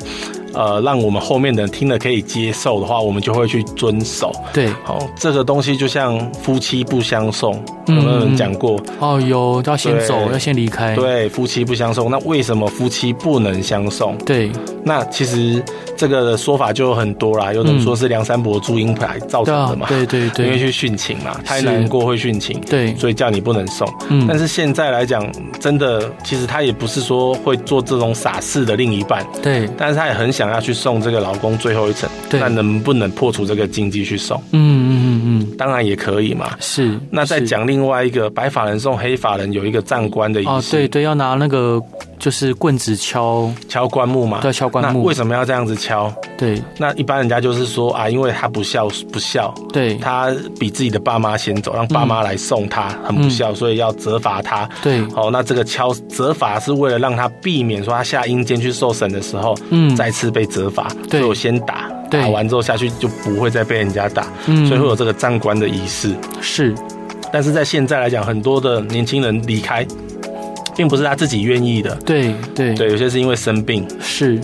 [SPEAKER 2] 呃，让我们后面的人听了可以接受的话，我们就会去遵守。
[SPEAKER 1] 对，
[SPEAKER 2] 好、这个东西就像夫妻不相送，有
[SPEAKER 1] 嗯哎
[SPEAKER 2] 没有人讲过？
[SPEAKER 1] 哦，有要先
[SPEAKER 2] 对
[SPEAKER 1] 走，要先离开。
[SPEAKER 2] 对，夫妻不相送，那为什么夫妻不能相送？
[SPEAKER 1] 对，
[SPEAKER 2] 那其实这个说法就有很多啦，有人说是梁山伯祝英台造
[SPEAKER 1] 对
[SPEAKER 2] 成
[SPEAKER 1] 啊
[SPEAKER 2] 的嘛，，
[SPEAKER 1] 对对
[SPEAKER 2] 因为
[SPEAKER 1] 对
[SPEAKER 2] 去殉情嘛，太
[SPEAKER 1] 是
[SPEAKER 2] 难过会殉情，
[SPEAKER 1] 对，
[SPEAKER 2] 所以叫你不能送。
[SPEAKER 1] 嗯
[SPEAKER 2] 但是现在来讲，真的其实他也不是说会做这种傻事的另一半，
[SPEAKER 1] 对，
[SPEAKER 2] 但是他也很想要去送这个老公最后一程。
[SPEAKER 1] 对
[SPEAKER 2] 那能不能破除这个禁忌去送？
[SPEAKER 1] 嗯嗯嗯嗯，
[SPEAKER 2] 当然也可以嘛。
[SPEAKER 1] 是。
[SPEAKER 2] 那再
[SPEAKER 1] 是
[SPEAKER 2] 讲另外一个，白发人送黑发人有一个葬官的仪式，
[SPEAKER 1] 哦，对对，要拿那个就是棍子敲，
[SPEAKER 2] 敲棺木嘛。
[SPEAKER 1] 对，敲棺
[SPEAKER 2] 那
[SPEAKER 1] 木
[SPEAKER 2] 为，什么要这样子敲？
[SPEAKER 1] 对
[SPEAKER 2] 那一般人家就是说啊，因为他不孝不孝，
[SPEAKER 1] 对
[SPEAKER 2] 他比自己的爸妈先走，让爸妈来送他，很不孝，所以要责罚他。
[SPEAKER 1] 嗯对，
[SPEAKER 2] 哦，那这个敲责罚是为了让他避免说他下阴间去受审的时候，
[SPEAKER 1] 嗯
[SPEAKER 2] 再次被责罚。
[SPEAKER 1] 对
[SPEAKER 2] 所以我先打，
[SPEAKER 1] 对
[SPEAKER 2] 打完之后下去就不会再被人家打，
[SPEAKER 1] 嗯
[SPEAKER 2] 所以会有这个葬官的仪式。
[SPEAKER 1] 是，
[SPEAKER 2] 但是在现在来讲，很多的年轻人离开，并不是他自己愿意的。
[SPEAKER 1] 对对
[SPEAKER 2] 对，有些是因为生病
[SPEAKER 1] 是，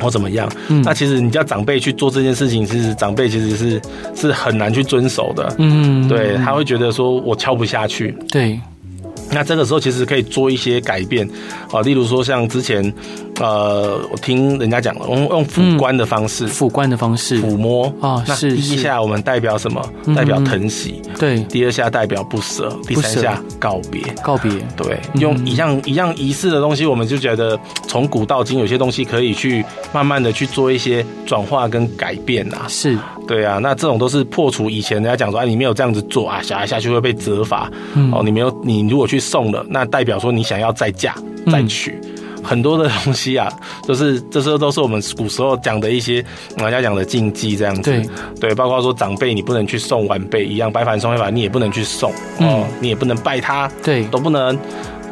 [SPEAKER 2] 或怎么样。
[SPEAKER 1] 嗯
[SPEAKER 2] 那其实你叫长辈去做这件事情，其实长辈其实是是很难去遵守的。
[SPEAKER 1] 嗯，
[SPEAKER 2] 对，
[SPEAKER 1] 嗯
[SPEAKER 2] 他会觉得说我敲不下去。
[SPEAKER 1] 对
[SPEAKER 2] 那这个时候其实可以做一些改变啊，例如说像之前，呃，我听人家讲，用用
[SPEAKER 1] 嗯
[SPEAKER 2] 抚官的方式。
[SPEAKER 1] 抚官的方式，
[SPEAKER 2] 抚摸
[SPEAKER 1] 啊
[SPEAKER 2] 那
[SPEAKER 1] 是
[SPEAKER 2] 第一
[SPEAKER 1] 是
[SPEAKER 2] 下我们代表什么？
[SPEAKER 1] 嗯
[SPEAKER 2] 代表疼惜。
[SPEAKER 1] 对
[SPEAKER 2] 第二下代表不舍，第
[SPEAKER 1] 不
[SPEAKER 2] 三
[SPEAKER 1] 舍
[SPEAKER 2] 下告别。
[SPEAKER 1] 告别，
[SPEAKER 2] 对，
[SPEAKER 1] 嗯
[SPEAKER 2] 用一样一样仪式的东西，我们就觉得从古到今，有些东西可以去慢慢的去做一些转化跟改变啊。
[SPEAKER 1] 是，
[SPEAKER 2] 对啊，那这种都是破除以前人家讲说，啊，你没有这样子做啊，小孩下去会被责罚。
[SPEAKER 1] 嗯
[SPEAKER 2] 哦，你没有，你如果去送了，那代表说你想要再嫁
[SPEAKER 1] 嗯
[SPEAKER 2] 再娶。很多的东西啊，都是这些都是我们古时候讲的一些人家讲的禁忌这样子。
[SPEAKER 1] 对
[SPEAKER 2] 对，包括说长辈你不能去送晚辈一样，白凡送黑凡你也不能去送哦，
[SPEAKER 1] 嗯
[SPEAKER 2] 你也不能拜他
[SPEAKER 1] 对
[SPEAKER 2] 都不能。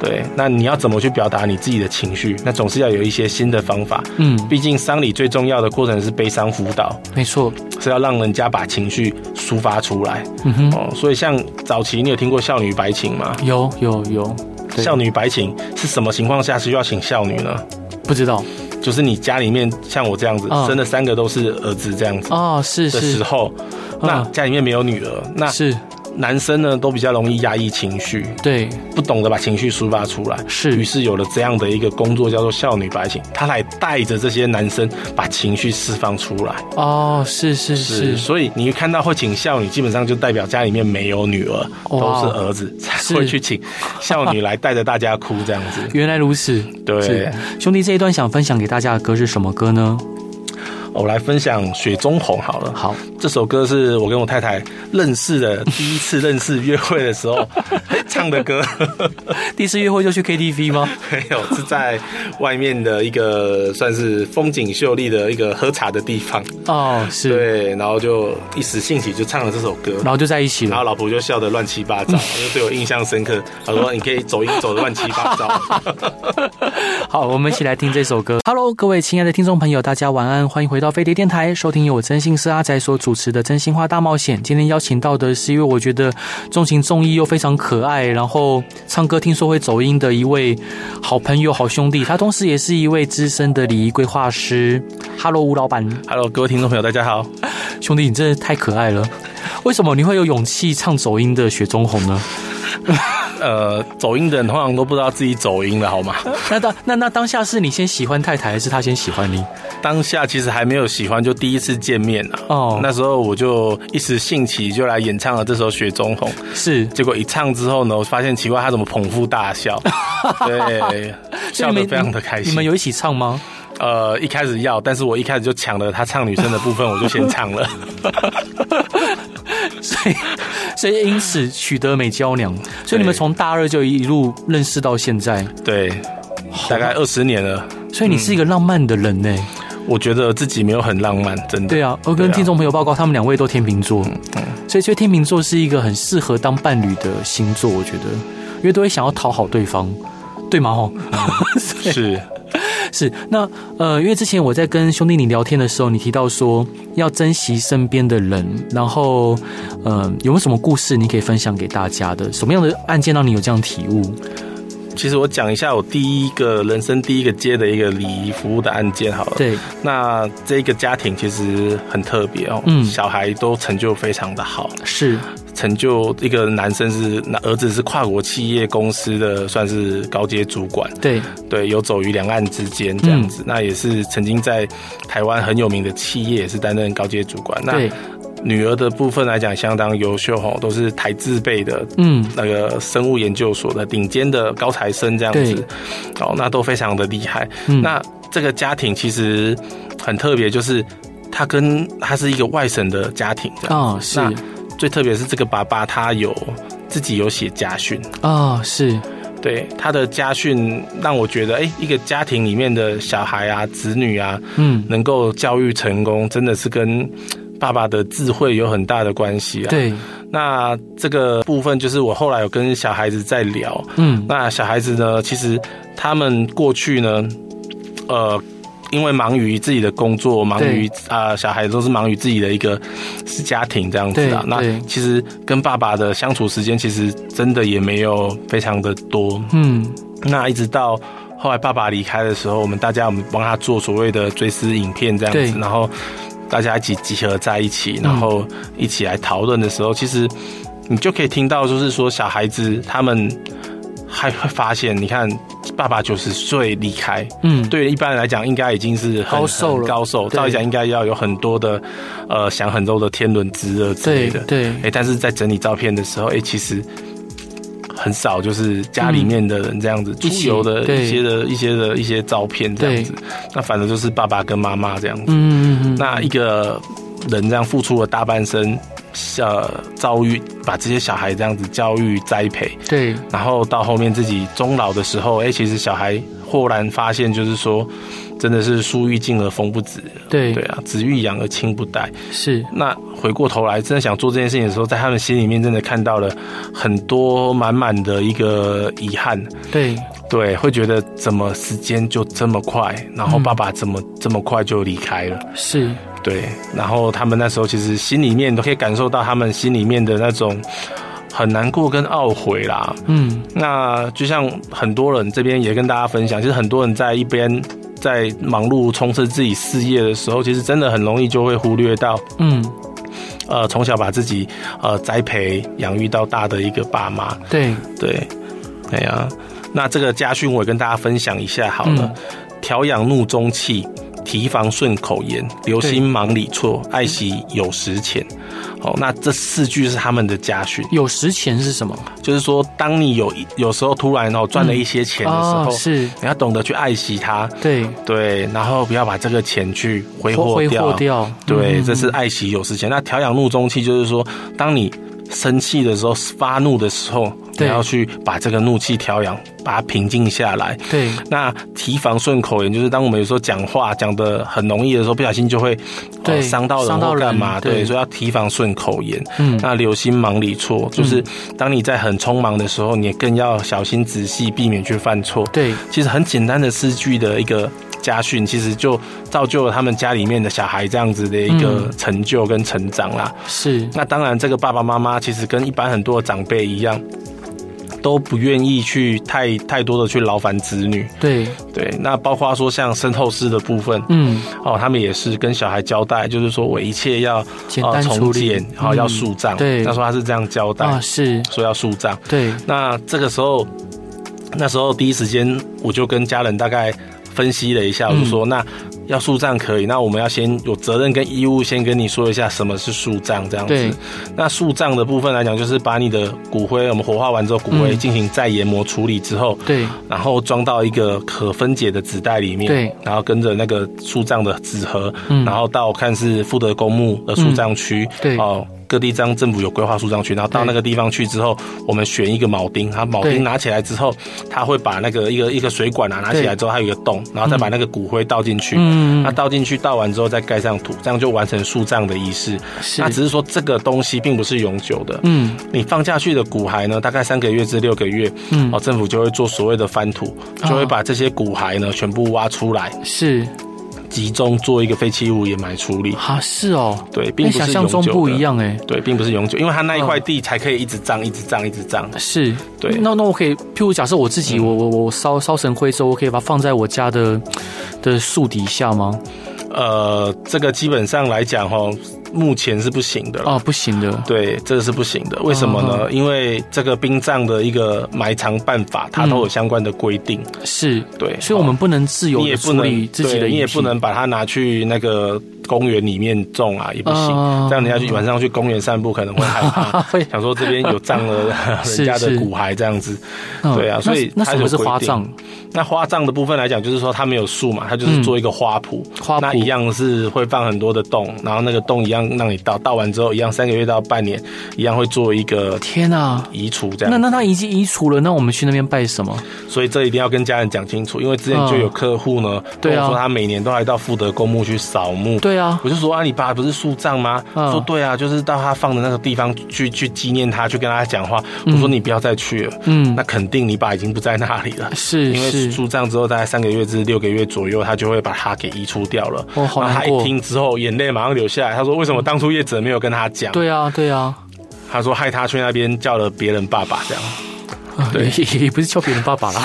[SPEAKER 2] 对，那你要怎么去表达你自己的情绪？那总是要有一些新的方法。
[SPEAKER 1] 嗯，
[SPEAKER 2] 毕竟丧礼最重要的过程是悲伤辅导，
[SPEAKER 1] 没错，
[SPEAKER 2] 是要让人家把情绪抒发出来
[SPEAKER 1] 嗯哼，
[SPEAKER 2] 哦。所以像早期你有听过孝女白琴吗？
[SPEAKER 1] 有有有，对
[SPEAKER 2] 孝女白琴是什么情况下需要请孝女呢？
[SPEAKER 1] 不知道
[SPEAKER 2] 就是你家里面像我这样子，
[SPEAKER 1] 嗯
[SPEAKER 2] 生了三个都是儿子这样子
[SPEAKER 1] 啊，是
[SPEAKER 2] 的时
[SPEAKER 1] 是
[SPEAKER 2] 候，那家里面没有女儿，那
[SPEAKER 1] 是，
[SPEAKER 2] 男生呢都比较容易压抑情绪，
[SPEAKER 1] 对
[SPEAKER 2] 不懂得把情绪抒发出来，于
[SPEAKER 1] 是，
[SPEAKER 2] 是有了这样的一个工作叫做孝女白琴，她来带着这些男生把情绪释放出来。
[SPEAKER 1] 哦，是是是，
[SPEAKER 2] 所以你看到会请孝女，基本上就代表家里面没有女儿，都
[SPEAKER 1] 哇
[SPEAKER 2] 是儿子才会
[SPEAKER 1] 是
[SPEAKER 2] 去请孝女来带着大家哭这样 子。
[SPEAKER 1] 原来如此，
[SPEAKER 2] 对
[SPEAKER 1] 是，兄弟这一段想分享给大家的歌是什么歌呢？
[SPEAKER 2] 我来分享《雪中红》好了。
[SPEAKER 1] 好，
[SPEAKER 2] 这首歌是我跟我太太认识的第一次认识约会的时候 嘿唱的歌，
[SPEAKER 1] 第一次约会就去 KTV 吗？
[SPEAKER 2] 没有是在外面的一个算是风景秀丽的一个喝茶的地方。
[SPEAKER 1] 哦，是，
[SPEAKER 2] 对，然后就一时兴起就唱了这首歌。
[SPEAKER 1] 然后就在一起
[SPEAKER 2] 然后
[SPEAKER 1] 了。
[SPEAKER 2] 老婆就笑得乱七八糟，就对我印象深刻。她说：“你可以走音走得乱七八糟。
[SPEAKER 1] 好，我们一起来听这首歌。Hello，各位亲爱的听众朋友，大家晚安，欢迎回到到飞碟电台，收听由我真心是阿仔所主持的《真心话大冒险》。今天邀请到的是一位我觉得重情重义又非常可爱，然后唱歌听说会走音的一位好朋友、好兄弟。他同时也是一位资深的礼仪规划师。Hello，吴老板，
[SPEAKER 2] Hello，各位听众朋友，大家好。
[SPEAKER 1] 兄弟，你真的太可爱了。为什么你会有勇气唱走音的《雪中红》呢？
[SPEAKER 2] 呃，走音的人通常都不知道自己走音了，好 吗？
[SPEAKER 1] 那当那那当下是你先喜欢太太，还是她先喜欢你？
[SPEAKER 2] 当下其实还没有喜欢，就第一次见面啊。
[SPEAKER 1] 哦
[SPEAKER 2] 那时候我就一时兴起，就来演唱了这首《雪中红》。
[SPEAKER 1] 是，
[SPEAKER 2] 结果一唱之后呢，我发现奇怪，他怎么捧腹大 笑？对，
[SPEAKER 1] 所以
[SPEAKER 2] 笑
[SPEAKER 1] 你
[SPEAKER 2] 得
[SPEAKER 1] 们
[SPEAKER 2] 非常的开
[SPEAKER 1] 你
[SPEAKER 2] 心。
[SPEAKER 1] 们有一起唱吗？
[SPEAKER 2] 呃，一开始要，但是我一开始就抢了他唱女生的部分，我就先唱了。
[SPEAKER 1] 所以，所以因此取得美娇娘。所以你们从大二就一路认识到现在，
[SPEAKER 2] 对，大概二十年了，
[SPEAKER 1] 所以你是一个浪漫的人呢、
[SPEAKER 2] 我觉得自己没有很浪漫，真的。
[SPEAKER 1] 对啊，我跟
[SPEAKER 2] 嗯对啊嗯
[SPEAKER 1] 听众朋友报告，他们两位都天秤座，所以所以天秤座是一个很适合当伴侣的星座，我觉得，因为都会想要讨好对方，对吗？哦吼，
[SPEAKER 2] 嗯 是，
[SPEAKER 1] 是那呃，因为之前我在跟兄弟你聊天的时候，你提到说要珍惜身边的人，然后呃，有没有什么故事你可以分享给大家的？什么样的案件让你有这样体悟？
[SPEAKER 2] 哦其实我讲一下我第一个人生第一个接的一个礼仪服务的案件好了。
[SPEAKER 1] 对，
[SPEAKER 2] 那这个家庭其实很特别哦，
[SPEAKER 1] 嗯
[SPEAKER 2] 小孩都成就非常的好，
[SPEAKER 1] 是
[SPEAKER 2] 成就一个男生是那儿子是跨国企业公司的算是高阶主管，
[SPEAKER 1] 对，
[SPEAKER 2] 对，游走于两岸之间这样
[SPEAKER 1] 嗯
[SPEAKER 2] 子。那也是曾经在台湾很有名的企业，也是担任高阶主管。 那
[SPEAKER 1] 对，
[SPEAKER 2] 女儿的部分来讲，相当优秀吼，都是台字辈的。
[SPEAKER 1] 嗯，
[SPEAKER 2] 那个生物研究所的顶尖的高材生这样子，哦，那都非常的厉害。
[SPEAKER 1] 嗯
[SPEAKER 2] 那这个家庭其实很特别，就是他跟他是一个外省的家庭这样
[SPEAKER 1] 啊、
[SPEAKER 2] 子
[SPEAKER 1] 是啊、
[SPEAKER 2] 那最特别是这个爸爸他有自己有写家训，
[SPEAKER 1] 啊是，
[SPEAKER 2] 对他的家训让我觉得，哎、一个家庭里面的小孩啊、子女啊，
[SPEAKER 1] 嗯，
[SPEAKER 2] 能够教育成功，真的是跟爸爸的智慧有很大的关系啊。，
[SPEAKER 1] 对，
[SPEAKER 2] 那这个部分就是我后来有跟小孩子在聊，
[SPEAKER 1] 嗯，
[SPEAKER 2] 那小孩子呢，其实他们过去呢，呃。因为忙于自己的工作，忙于啊、小孩都是忙于自己的一个是家庭这样子啊。
[SPEAKER 1] 对
[SPEAKER 2] 那
[SPEAKER 1] 对
[SPEAKER 2] 其实跟爸爸的相处时间，其实真的也没有非常的多。
[SPEAKER 1] 嗯，
[SPEAKER 2] 那一直到后来爸爸离开的时候，我们大家我们帮他做所谓的追思影片这样子，
[SPEAKER 1] 对
[SPEAKER 2] 然后大家一起集合在一起，然后一起来讨论的时候，其实你就可以听到，就是说小孩子他们还会发现，你看爸爸九十岁离开，
[SPEAKER 1] 嗯，
[SPEAKER 2] 对一般人来讲，应该已经是很
[SPEAKER 1] 高寿了
[SPEAKER 2] 很高寿，
[SPEAKER 1] 对
[SPEAKER 2] 照理讲应该要有很多的呃享很多的天伦之乐之类
[SPEAKER 1] 对
[SPEAKER 2] 的，
[SPEAKER 1] 对，
[SPEAKER 2] 哎、但是在整理照片的时候，哎、其实很少，就是家里面的人这样子、
[SPEAKER 1] 嗯一起
[SPEAKER 2] 出游的
[SPEAKER 1] 对
[SPEAKER 2] 一些的一些的一些照片这样子，那反正就是爸爸跟妈妈这样子。
[SPEAKER 1] 嗯嗯嗯，
[SPEAKER 2] 那一个人这样付出了大半生，呃，遭遇把这些小孩这样子教育栽培，
[SPEAKER 1] 对，
[SPEAKER 2] 然后到后面自己终老的时候，哎、其实小孩豁然发现，就是说，真的是树欲静而风不止，
[SPEAKER 1] 对，
[SPEAKER 2] 对啊，子欲养而亲不待。
[SPEAKER 1] 是，
[SPEAKER 2] 那回过头来，真的想做这件事情的时候，在他们心里面真的看到了很多满满的一个遗憾，
[SPEAKER 1] 对，
[SPEAKER 2] 对，会觉得怎么时间就这么快，然后
[SPEAKER 1] 嗯
[SPEAKER 2] 爸爸怎么这么快就离开了，
[SPEAKER 1] 是，
[SPEAKER 2] 对，然后他们那时候其实心里面都可以感受到他们心里面的那种很难过跟懊悔啦。
[SPEAKER 1] 嗯，
[SPEAKER 2] 那就像很多人这边也跟大家分享，其实很多人在一边。在忙碌充实自己事业的时候，其实真的很容易就会忽略到
[SPEAKER 1] 嗯，
[SPEAKER 2] 呃，从小把自己呃栽培养育到大的一个爸妈，
[SPEAKER 1] 对，
[SPEAKER 2] 对，哎呀，那这个家训我也跟大家分享一下好
[SPEAKER 1] 嗯
[SPEAKER 2] 了，调养怒中气。提防顺口言，留心忙里错，爱惜有时钱。好，那这四句是他们的家训，
[SPEAKER 1] 有时钱是什么？
[SPEAKER 2] 就是说，当你有有时候突然哦赚了一些钱的时候，
[SPEAKER 1] 嗯哦是，
[SPEAKER 2] 你要懂得去爱惜它，
[SPEAKER 1] 对，
[SPEAKER 2] 对，然后不要把这个钱去挥霍
[SPEAKER 1] 挥
[SPEAKER 2] 掉，
[SPEAKER 1] 霍掉，
[SPEAKER 2] 对，
[SPEAKER 1] 嗯
[SPEAKER 2] 这是爱惜有时钱。那调养怒中气，就是说，当你生气的时候、发怒的时候，你
[SPEAKER 1] 对
[SPEAKER 2] 要去把这个怒气调养，把它平静下来。
[SPEAKER 1] 对，
[SPEAKER 2] 那提防顺口言，就是当我们有时候讲话讲的很容易的时候，不小心就会
[SPEAKER 1] 对
[SPEAKER 2] 呃伤、到人
[SPEAKER 1] 伤到
[SPEAKER 2] 或干嘛，
[SPEAKER 1] 人对
[SPEAKER 2] 对，所以要提防顺口言。
[SPEAKER 1] 嗯，
[SPEAKER 2] 那留心忙里错，就是当你在很匆忙的时候，你更要小心仔细，避免去犯错。
[SPEAKER 1] 对，
[SPEAKER 2] 其实很简单的四句的一个家训，其实就造就了他们家里面的小孩这样子的一个成就跟成长啦。
[SPEAKER 1] 是
[SPEAKER 2] 那当然，这个爸爸妈妈其实跟一般很多的长辈一样，都不愿意去太太多的去劳烦子女。
[SPEAKER 1] 对，
[SPEAKER 2] 对，那包括说像身后事的部分，
[SPEAKER 1] 嗯，
[SPEAKER 2] 哦，他们也是跟小孩交代，就是说我一切要
[SPEAKER 1] 简
[SPEAKER 2] 呃
[SPEAKER 1] 单处
[SPEAKER 2] 重
[SPEAKER 1] 理
[SPEAKER 2] 建，，好、
[SPEAKER 1] 嗯
[SPEAKER 2] 要树葬。
[SPEAKER 1] 对
[SPEAKER 2] 他说他是这样交代，
[SPEAKER 1] 啊，是
[SPEAKER 2] 说要树葬。
[SPEAKER 1] 对，
[SPEAKER 2] 那这个时候，那时候第一时间我就跟家人大概分析了一下，我
[SPEAKER 1] 嗯
[SPEAKER 2] 就说、那要树葬可以，那我们要先有责任跟义务先跟你说一下什么是树葬这样
[SPEAKER 1] 对
[SPEAKER 2] 子。那树葬的部分来讲，就是把你的骨灰我们火化完之后，骨灰
[SPEAKER 1] 嗯
[SPEAKER 2] 进行再研磨处理之后，
[SPEAKER 1] 对，
[SPEAKER 2] 然后装到一个可分解的纸袋里面，
[SPEAKER 1] 对，
[SPEAKER 2] 然后跟着那个树葬的纸盒，
[SPEAKER 1] 嗯
[SPEAKER 2] 然后到看是富德公墓的树葬区，
[SPEAKER 1] 对
[SPEAKER 2] 哦，各地方政府有规划树葬区，然后到
[SPEAKER 1] 对
[SPEAKER 2] 那个地方去之后，我们选一个铆钉，它铆
[SPEAKER 1] 对
[SPEAKER 2] 钉拿起来之后，它会把那个一个一个水管啊拿起来之后，它有一个洞，然后再把那个骨灰倒进去，
[SPEAKER 1] 嗯
[SPEAKER 2] 那，倒进去倒完之后再盖上土，这样就完成树葬的仪式。
[SPEAKER 1] 是
[SPEAKER 2] 那，只是说这个东西并不是永久的，
[SPEAKER 1] 嗯
[SPEAKER 2] 你放下去的骨骸呢，大概三个月至六个月，
[SPEAKER 1] 嗯
[SPEAKER 2] 哦，，政府就会做所谓的翻土，
[SPEAKER 1] 哦
[SPEAKER 2] 就会把这些骨骸呢全部挖出来，
[SPEAKER 1] 是
[SPEAKER 2] 集中做一个废弃物掩埋处理。
[SPEAKER 1] 啊，是哦，
[SPEAKER 2] 对，并
[SPEAKER 1] 跟
[SPEAKER 2] 不是
[SPEAKER 1] 想
[SPEAKER 2] 永
[SPEAKER 1] 象
[SPEAKER 2] 久
[SPEAKER 1] 中
[SPEAKER 2] 的。
[SPEAKER 1] 不一。样哎，
[SPEAKER 2] 对，并不是永久，因为它那一块
[SPEAKER 1] 嗯
[SPEAKER 2] 地才可以一直涨，一直涨，一直涨。
[SPEAKER 1] 是，
[SPEAKER 2] 对
[SPEAKER 1] 那那我可以，譬如假设我自己，我我我烧烧成灰之后，我可以把它放在我家的的树底下吗？
[SPEAKER 2] 呃，这个基本上来讲，哈，目前是不行的啦。
[SPEAKER 1] 啊，不行的，
[SPEAKER 2] 对，这个是不行的。为什么
[SPEAKER 1] 啊
[SPEAKER 2] 呢？因为这个殡葬的一个埋藏办法，它都有相关的规定。
[SPEAKER 1] 是，
[SPEAKER 2] 对，
[SPEAKER 1] 嗯所以我们不能自由
[SPEAKER 2] 你也
[SPEAKER 1] 的
[SPEAKER 2] 不
[SPEAKER 1] 处
[SPEAKER 2] 能
[SPEAKER 1] 理自己的
[SPEAKER 2] 对
[SPEAKER 1] 遗
[SPEAKER 2] 你也
[SPEAKER 1] 体
[SPEAKER 2] 不能把它拿去那个公园里面种啊，也不行。
[SPEAKER 1] 嗯
[SPEAKER 2] 这样人家去晚上去公园散步可能会害
[SPEAKER 1] 啊
[SPEAKER 2] 怕，
[SPEAKER 1] 会，
[SPEAKER 2] 想说这边有葬了
[SPEAKER 1] 是
[SPEAKER 2] 人家的
[SPEAKER 1] 是
[SPEAKER 2] 骨骸这样子。
[SPEAKER 1] 嗯
[SPEAKER 2] 对啊
[SPEAKER 1] 那
[SPEAKER 2] 所以
[SPEAKER 1] 那
[SPEAKER 2] 它
[SPEAKER 1] 什么
[SPEAKER 2] 有
[SPEAKER 1] 是
[SPEAKER 2] 规
[SPEAKER 1] 花
[SPEAKER 2] 定
[SPEAKER 1] 葬？
[SPEAKER 2] 那花葬的部分来讲，就是说它没有树嘛，它就是做一个花圃，
[SPEAKER 1] 嗯花
[SPEAKER 2] 那
[SPEAKER 1] 圃
[SPEAKER 2] 一样是会放很多的洞，然后那个洞一样让你倒，倒完之后一样三个月到半年，一样会做一个
[SPEAKER 1] 天啊！
[SPEAKER 2] 移除这样。
[SPEAKER 1] 那那他已经移除了，那我们去那边拜什么？
[SPEAKER 2] 所以这一定要跟家人讲清楚，因为之前就有客户呢，
[SPEAKER 1] 对
[SPEAKER 2] 跟
[SPEAKER 1] 啊
[SPEAKER 2] 我说他每年都还到富德公墓去扫墓，
[SPEAKER 1] 对啊，
[SPEAKER 2] 我就说啊，你爸不是树葬吗？
[SPEAKER 1] 嗯
[SPEAKER 2] 说对啊，就是到他放的那个地方去去纪念他，去跟他讲话。我说你不要再去了，
[SPEAKER 1] 嗯
[SPEAKER 2] 那，肯定你爸已经不在那里了。
[SPEAKER 1] 是
[SPEAKER 2] 因为
[SPEAKER 1] 是，
[SPEAKER 2] 树葬之后，大概三个月至六个月左右，他就会把它给移除掉了。
[SPEAKER 1] 哦好
[SPEAKER 2] 然后他
[SPEAKER 1] 难
[SPEAKER 2] 一
[SPEAKER 1] 过
[SPEAKER 2] 听之后，眼泪马上流下来。他说：“为什么当初叶子没有跟他讲？”，
[SPEAKER 1] 对啊对啊，
[SPEAKER 2] 他说害他去那边叫了别人爸爸 这样。
[SPEAKER 1] 啊
[SPEAKER 2] 对啊
[SPEAKER 1] 也 也也不是叫别人爸爸啦，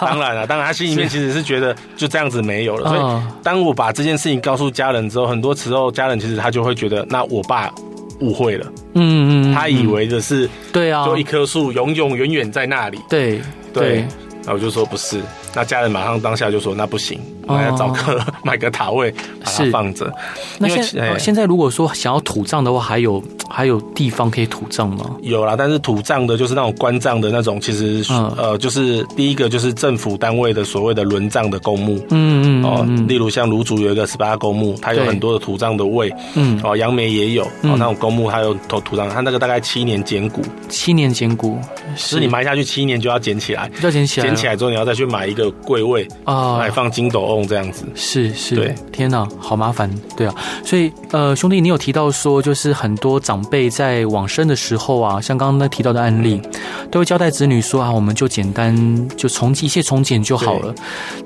[SPEAKER 2] 当然了、当然他心里面其实是觉得就这样子没有了。所以
[SPEAKER 1] 嗯
[SPEAKER 2] 当我把这件事情告诉家人之后，很多时候家人其实他就会觉得，那我爸误会了。
[SPEAKER 1] 嗯嗯，嗯
[SPEAKER 2] 他以为的是
[SPEAKER 1] 对啊，
[SPEAKER 2] 就一棵树永永远远在那里。
[SPEAKER 1] 对
[SPEAKER 2] 对，然后我就说不是，那家人马上当下就说那不行，我们要找个买个塔位把它
[SPEAKER 1] 哦是
[SPEAKER 2] 放着。
[SPEAKER 1] 那
[SPEAKER 2] 因为
[SPEAKER 1] 现
[SPEAKER 2] 哎
[SPEAKER 1] 呃现在如果说想要土葬的话，还有还有地方可以土葬吗？
[SPEAKER 2] 有啦，但是土葬的，就是那种官葬的那种，其实、
[SPEAKER 1] 嗯
[SPEAKER 2] 呃，就是第一个就是政府单位的所谓的轮葬的公墓。
[SPEAKER 1] 嗯嗯
[SPEAKER 2] 哦，
[SPEAKER 1] 嗯
[SPEAKER 2] 例如像卢竹有一个十八公墓，它有
[SPEAKER 1] 对
[SPEAKER 2] 很多的土葬的位，
[SPEAKER 1] 嗯，
[SPEAKER 2] 哦，杨梅也有，
[SPEAKER 1] 嗯
[SPEAKER 2] 哦，那种公墓还有土土葬，它那个大概七年捡骨，
[SPEAKER 1] 七年兼顾，
[SPEAKER 2] 就是你埋下去七年就要捡起来，
[SPEAKER 1] 要捡起来了，
[SPEAKER 2] 捡起来哎之后你要再去买一个柜位，
[SPEAKER 1] 啊
[SPEAKER 2] 来，放金斗瓮这样子。
[SPEAKER 1] 是是，
[SPEAKER 2] 对，
[SPEAKER 1] 天哪，好麻烦，对啊，所以呃，兄弟，你有提到说，就是很多长辈在往生的时候啊，像刚刚那提到的案例，
[SPEAKER 2] 嗯
[SPEAKER 1] 都会交代子女说啊，我们就简单就从一切从简就好了，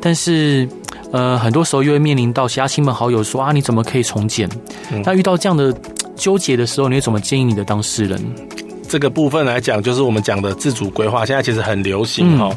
[SPEAKER 1] 但是。呃，很多时候又会面临到其他亲朋好友说啊，你怎么可以从简？
[SPEAKER 2] 嗯
[SPEAKER 1] 那遇到这样的纠结的时候，你会怎么建议你的当事人？
[SPEAKER 2] 这个部分来讲，就是我们讲的自主规划，现在其实很流
[SPEAKER 1] 嗯
[SPEAKER 2] 行哈、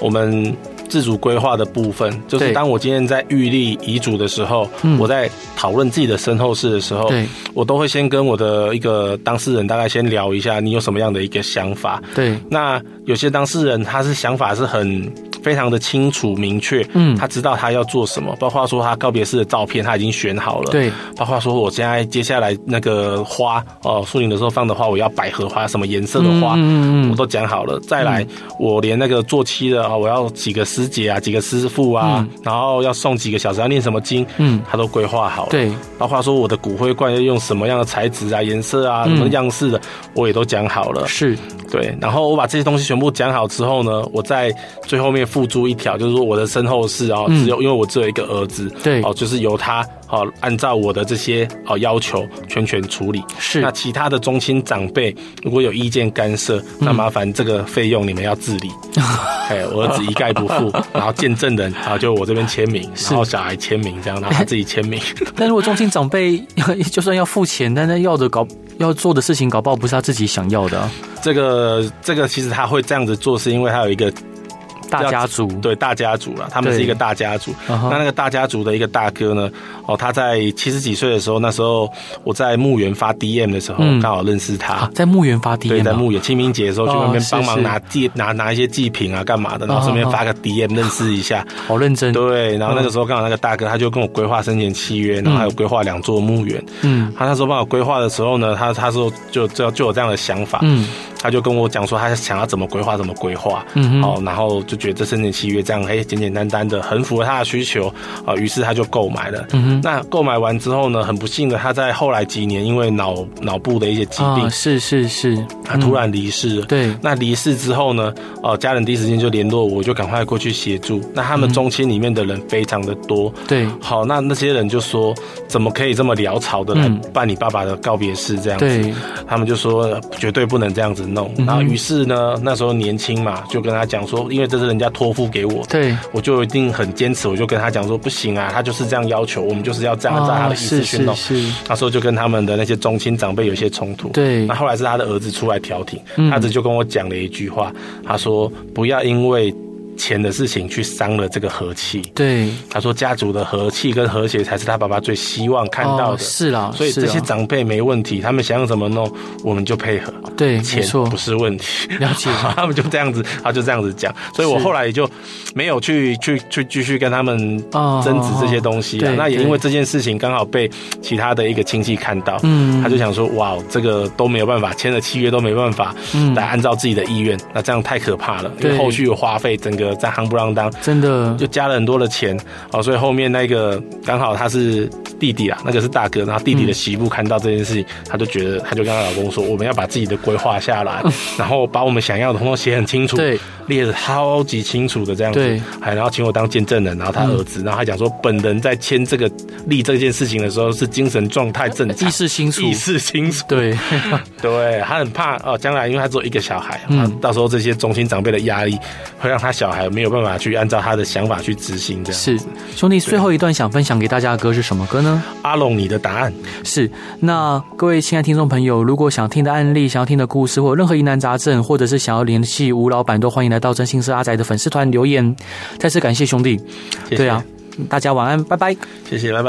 [SPEAKER 2] 我们自主规划的部分，就是
[SPEAKER 1] 对
[SPEAKER 2] 当我今天在预立遗嘱的时候，
[SPEAKER 1] 嗯
[SPEAKER 2] 我在讨论自己的身后事的时候，
[SPEAKER 1] 对
[SPEAKER 2] 我都会先跟我的一个当事人大概先聊一下，你有什么样的一个想法。
[SPEAKER 1] 对，
[SPEAKER 2] 那有些当事人他是想法是很非常的清楚明确，
[SPEAKER 1] 嗯
[SPEAKER 2] 他知道他要做什么，包括说他告别式的照片他已经选好了，
[SPEAKER 1] 对，
[SPEAKER 2] 包括说我现在接下来那个花哦，树林的时候放的花，我要百合花，什么颜色的花，
[SPEAKER 1] 嗯
[SPEAKER 2] 我都讲好了。再来，我连那个做七的啊，我要几个师姐啊，几个师傅啊，然后要送几个小时，要念什么经，
[SPEAKER 1] 嗯，
[SPEAKER 2] 他都规划好了。，
[SPEAKER 1] 对，
[SPEAKER 2] 包括说我的骨灰罐要用什么样的材质啊、颜色啊、
[SPEAKER 1] 嗯
[SPEAKER 2] 什么样式的，我也都讲好了。
[SPEAKER 1] 是，
[SPEAKER 2] 对，然后我把这些东西全部讲好之后呢，我在最后面附注一条，就是说我的身后事哦，
[SPEAKER 1] 嗯
[SPEAKER 2] 只有因为我只有一个儿子，
[SPEAKER 1] 对
[SPEAKER 2] 哦，就是由他哦按照我的这些哦要求全权处理。
[SPEAKER 1] 是
[SPEAKER 2] 那其他的中心长辈如果有意见干涉，
[SPEAKER 1] 嗯
[SPEAKER 2] 那麻烦这个费用你们要自 理。哎，我儿子一概不付，然后见证人，然后就我这边签名，然后小孩签名这样，然后他自己签 名。
[SPEAKER 1] 但如果中心长辈 就算要付钱，但是要的搞要做的事情，搞不好不是他自己想要的啊、
[SPEAKER 2] 这个这个其实他会这样子做，是因为他有一个
[SPEAKER 1] 大家族
[SPEAKER 2] 对大家族啦，他们
[SPEAKER 1] 对
[SPEAKER 2] 是一个大家族。
[SPEAKER 1] 嗯哼
[SPEAKER 2] 那那个大家族的一个大哥呢，哦，他在七十几岁的时候，那时候我在墓园发 DM 的时候，
[SPEAKER 1] 嗯
[SPEAKER 2] 刚好认识他
[SPEAKER 1] 啊。在墓园发 DM，
[SPEAKER 2] 对，在
[SPEAKER 1] 啊
[SPEAKER 2] 墓园清明节的时候去
[SPEAKER 1] 哦
[SPEAKER 2] 那边帮
[SPEAKER 1] 是
[SPEAKER 2] 忙
[SPEAKER 1] 是嗯
[SPEAKER 2] 拿祭拿拿一些祭品啊，干嘛的，然后顺便发个 DM 认识一下。
[SPEAKER 1] 好认真，
[SPEAKER 2] 对，然后那个时候刚好那个大哥他就跟我规划生前契约，然后还有规划两座墓园。
[SPEAKER 1] 嗯
[SPEAKER 2] 他那时候帮我规划的时候呢，他他说就就就有这样的想法，
[SPEAKER 1] 嗯
[SPEAKER 2] 他就跟我讲说他想要怎么规划怎么规划，
[SPEAKER 1] 嗯哼，
[SPEAKER 2] 哦，然后就觉得这生前契约这样，哎，简简单单的，很符合他的需求啊、于是他就购买了。
[SPEAKER 1] 嗯哼，
[SPEAKER 2] 那购买完之后呢，很不幸的，他在后来几年因为脑脑部的一些疾病，
[SPEAKER 1] 啊，是是是，嗯
[SPEAKER 2] 他突然离世了。
[SPEAKER 1] 对，
[SPEAKER 2] 那离世之后呢？哦，家人第一时间就联络我，我就赶快过去协助。那他
[SPEAKER 1] 嗯
[SPEAKER 2] 们中心里面的人非常的多，
[SPEAKER 1] 对
[SPEAKER 2] 好，那那些人就说，怎么可以这么潦草的来
[SPEAKER 1] 嗯
[SPEAKER 2] 办你爸爸的告别式这样子？
[SPEAKER 1] 对，
[SPEAKER 2] 他们就说呃绝对不能这样子弄。
[SPEAKER 1] 嗯哼
[SPEAKER 2] 然后于是呢，那时候年轻嘛，就跟他讲说，因为这是人家托付给我的。
[SPEAKER 1] 对，
[SPEAKER 2] 我就一定很坚持，我就跟他讲说不行啊，他就是这样要求，我们就是要这样按照他的
[SPEAKER 1] 啊，
[SPEAKER 2] 意
[SPEAKER 1] 是
[SPEAKER 2] 思去
[SPEAKER 1] 是
[SPEAKER 2] 弄。
[SPEAKER 1] 是，
[SPEAKER 2] 那时候就跟他们的那些中心长辈有一些冲突。
[SPEAKER 1] 对
[SPEAKER 2] 那，后来是他的儿子出来调停，
[SPEAKER 1] 嗯
[SPEAKER 2] 他儿子就跟我讲了一句话，他说不要因为钱的事情去伤了这个和气。
[SPEAKER 1] 对，
[SPEAKER 2] 他说家族的和气跟和谐才是他爸爸最希望看
[SPEAKER 1] 哦
[SPEAKER 2] 到的。
[SPEAKER 1] 是啦，
[SPEAKER 2] 所以
[SPEAKER 1] 是
[SPEAKER 2] 这些
[SPEAKER 1] 啦
[SPEAKER 2] 长辈没问题，他们想怎么弄，我们就配合，
[SPEAKER 1] 对，没
[SPEAKER 2] 钱
[SPEAKER 1] 错
[SPEAKER 2] 不，是问题。
[SPEAKER 1] 了解，
[SPEAKER 2] 他们就这样子，他就这样子讲，所以我
[SPEAKER 1] 是
[SPEAKER 2] 后来也就没有去去去继续跟他们
[SPEAKER 1] 哦
[SPEAKER 2] 争执这些东西啊
[SPEAKER 1] 对。
[SPEAKER 2] 那也因
[SPEAKER 1] 对
[SPEAKER 2] 为这件事情刚好被其他的一个亲戚看到，
[SPEAKER 1] 嗯
[SPEAKER 2] 他就想说，哇，这个都没有办法，签了契约都没办法
[SPEAKER 1] 嗯
[SPEAKER 2] 来按照自己的意愿，那这样太可怕了，因
[SPEAKER 1] 对
[SPEAKER 2] 为后续有花费，整个在夯不啷当，
[SPEAKER 1] 真的
[SPEAKER 2] 就加了很多的钱哦，所以后面那个刚好他是弟弟啊，那个是大哥，然后弟弟的媳妇看到这件事情，他就觉得，他就跟他老公说，我们要把自己的规划下来，然后把我们想要的通通写很清
[SPEAKER 1] 嗯
[SPEAKER 2] 楚，
[SPEAKER 1] 对，
[SPEAKER 2] 列的超级清楚的这样子
[SPEAKER 1] 对，嗯
[SPEAKER 2] 哎，然后请我当见证人，然后他儿子，然后他讲说，本人在签这个立这件事情的时候是精神状态正常
[SPEAKER 1] 意。识清楚
[SPEAKER 2] 意，识清楚，
[SPEAKER 1] 对，
[SPEAKER 2] 对他很怕哦，将来因为他只有一个小孩，
[SPEAKER 1] 嗯
[SPEAKER 2] 嗯，到时候这些中心长辈的压力会让他小孩没有办法去按照他的想法去执行，这样
[SPEAKER 1] 是兄弟，最后一段想分享给大家的歌是什么歌呢？
[SPEAKER 2] 阿龙，你的答案
[SPEAKER 1] 是，那各位亲爱听众朋友，如果想听的案例、想要听的故事，或有任何疑难杂症，或者是想要联系吴老板，都欢迎来到真心是阿宅的粉丝团留言。再次感谢兄弟，啊
[SPEAKER 2] 谢谢
[SPEAKER 1] 对啊，大家晚安，拜拜。
[SPEAKER 2] 谢谢，拜拜。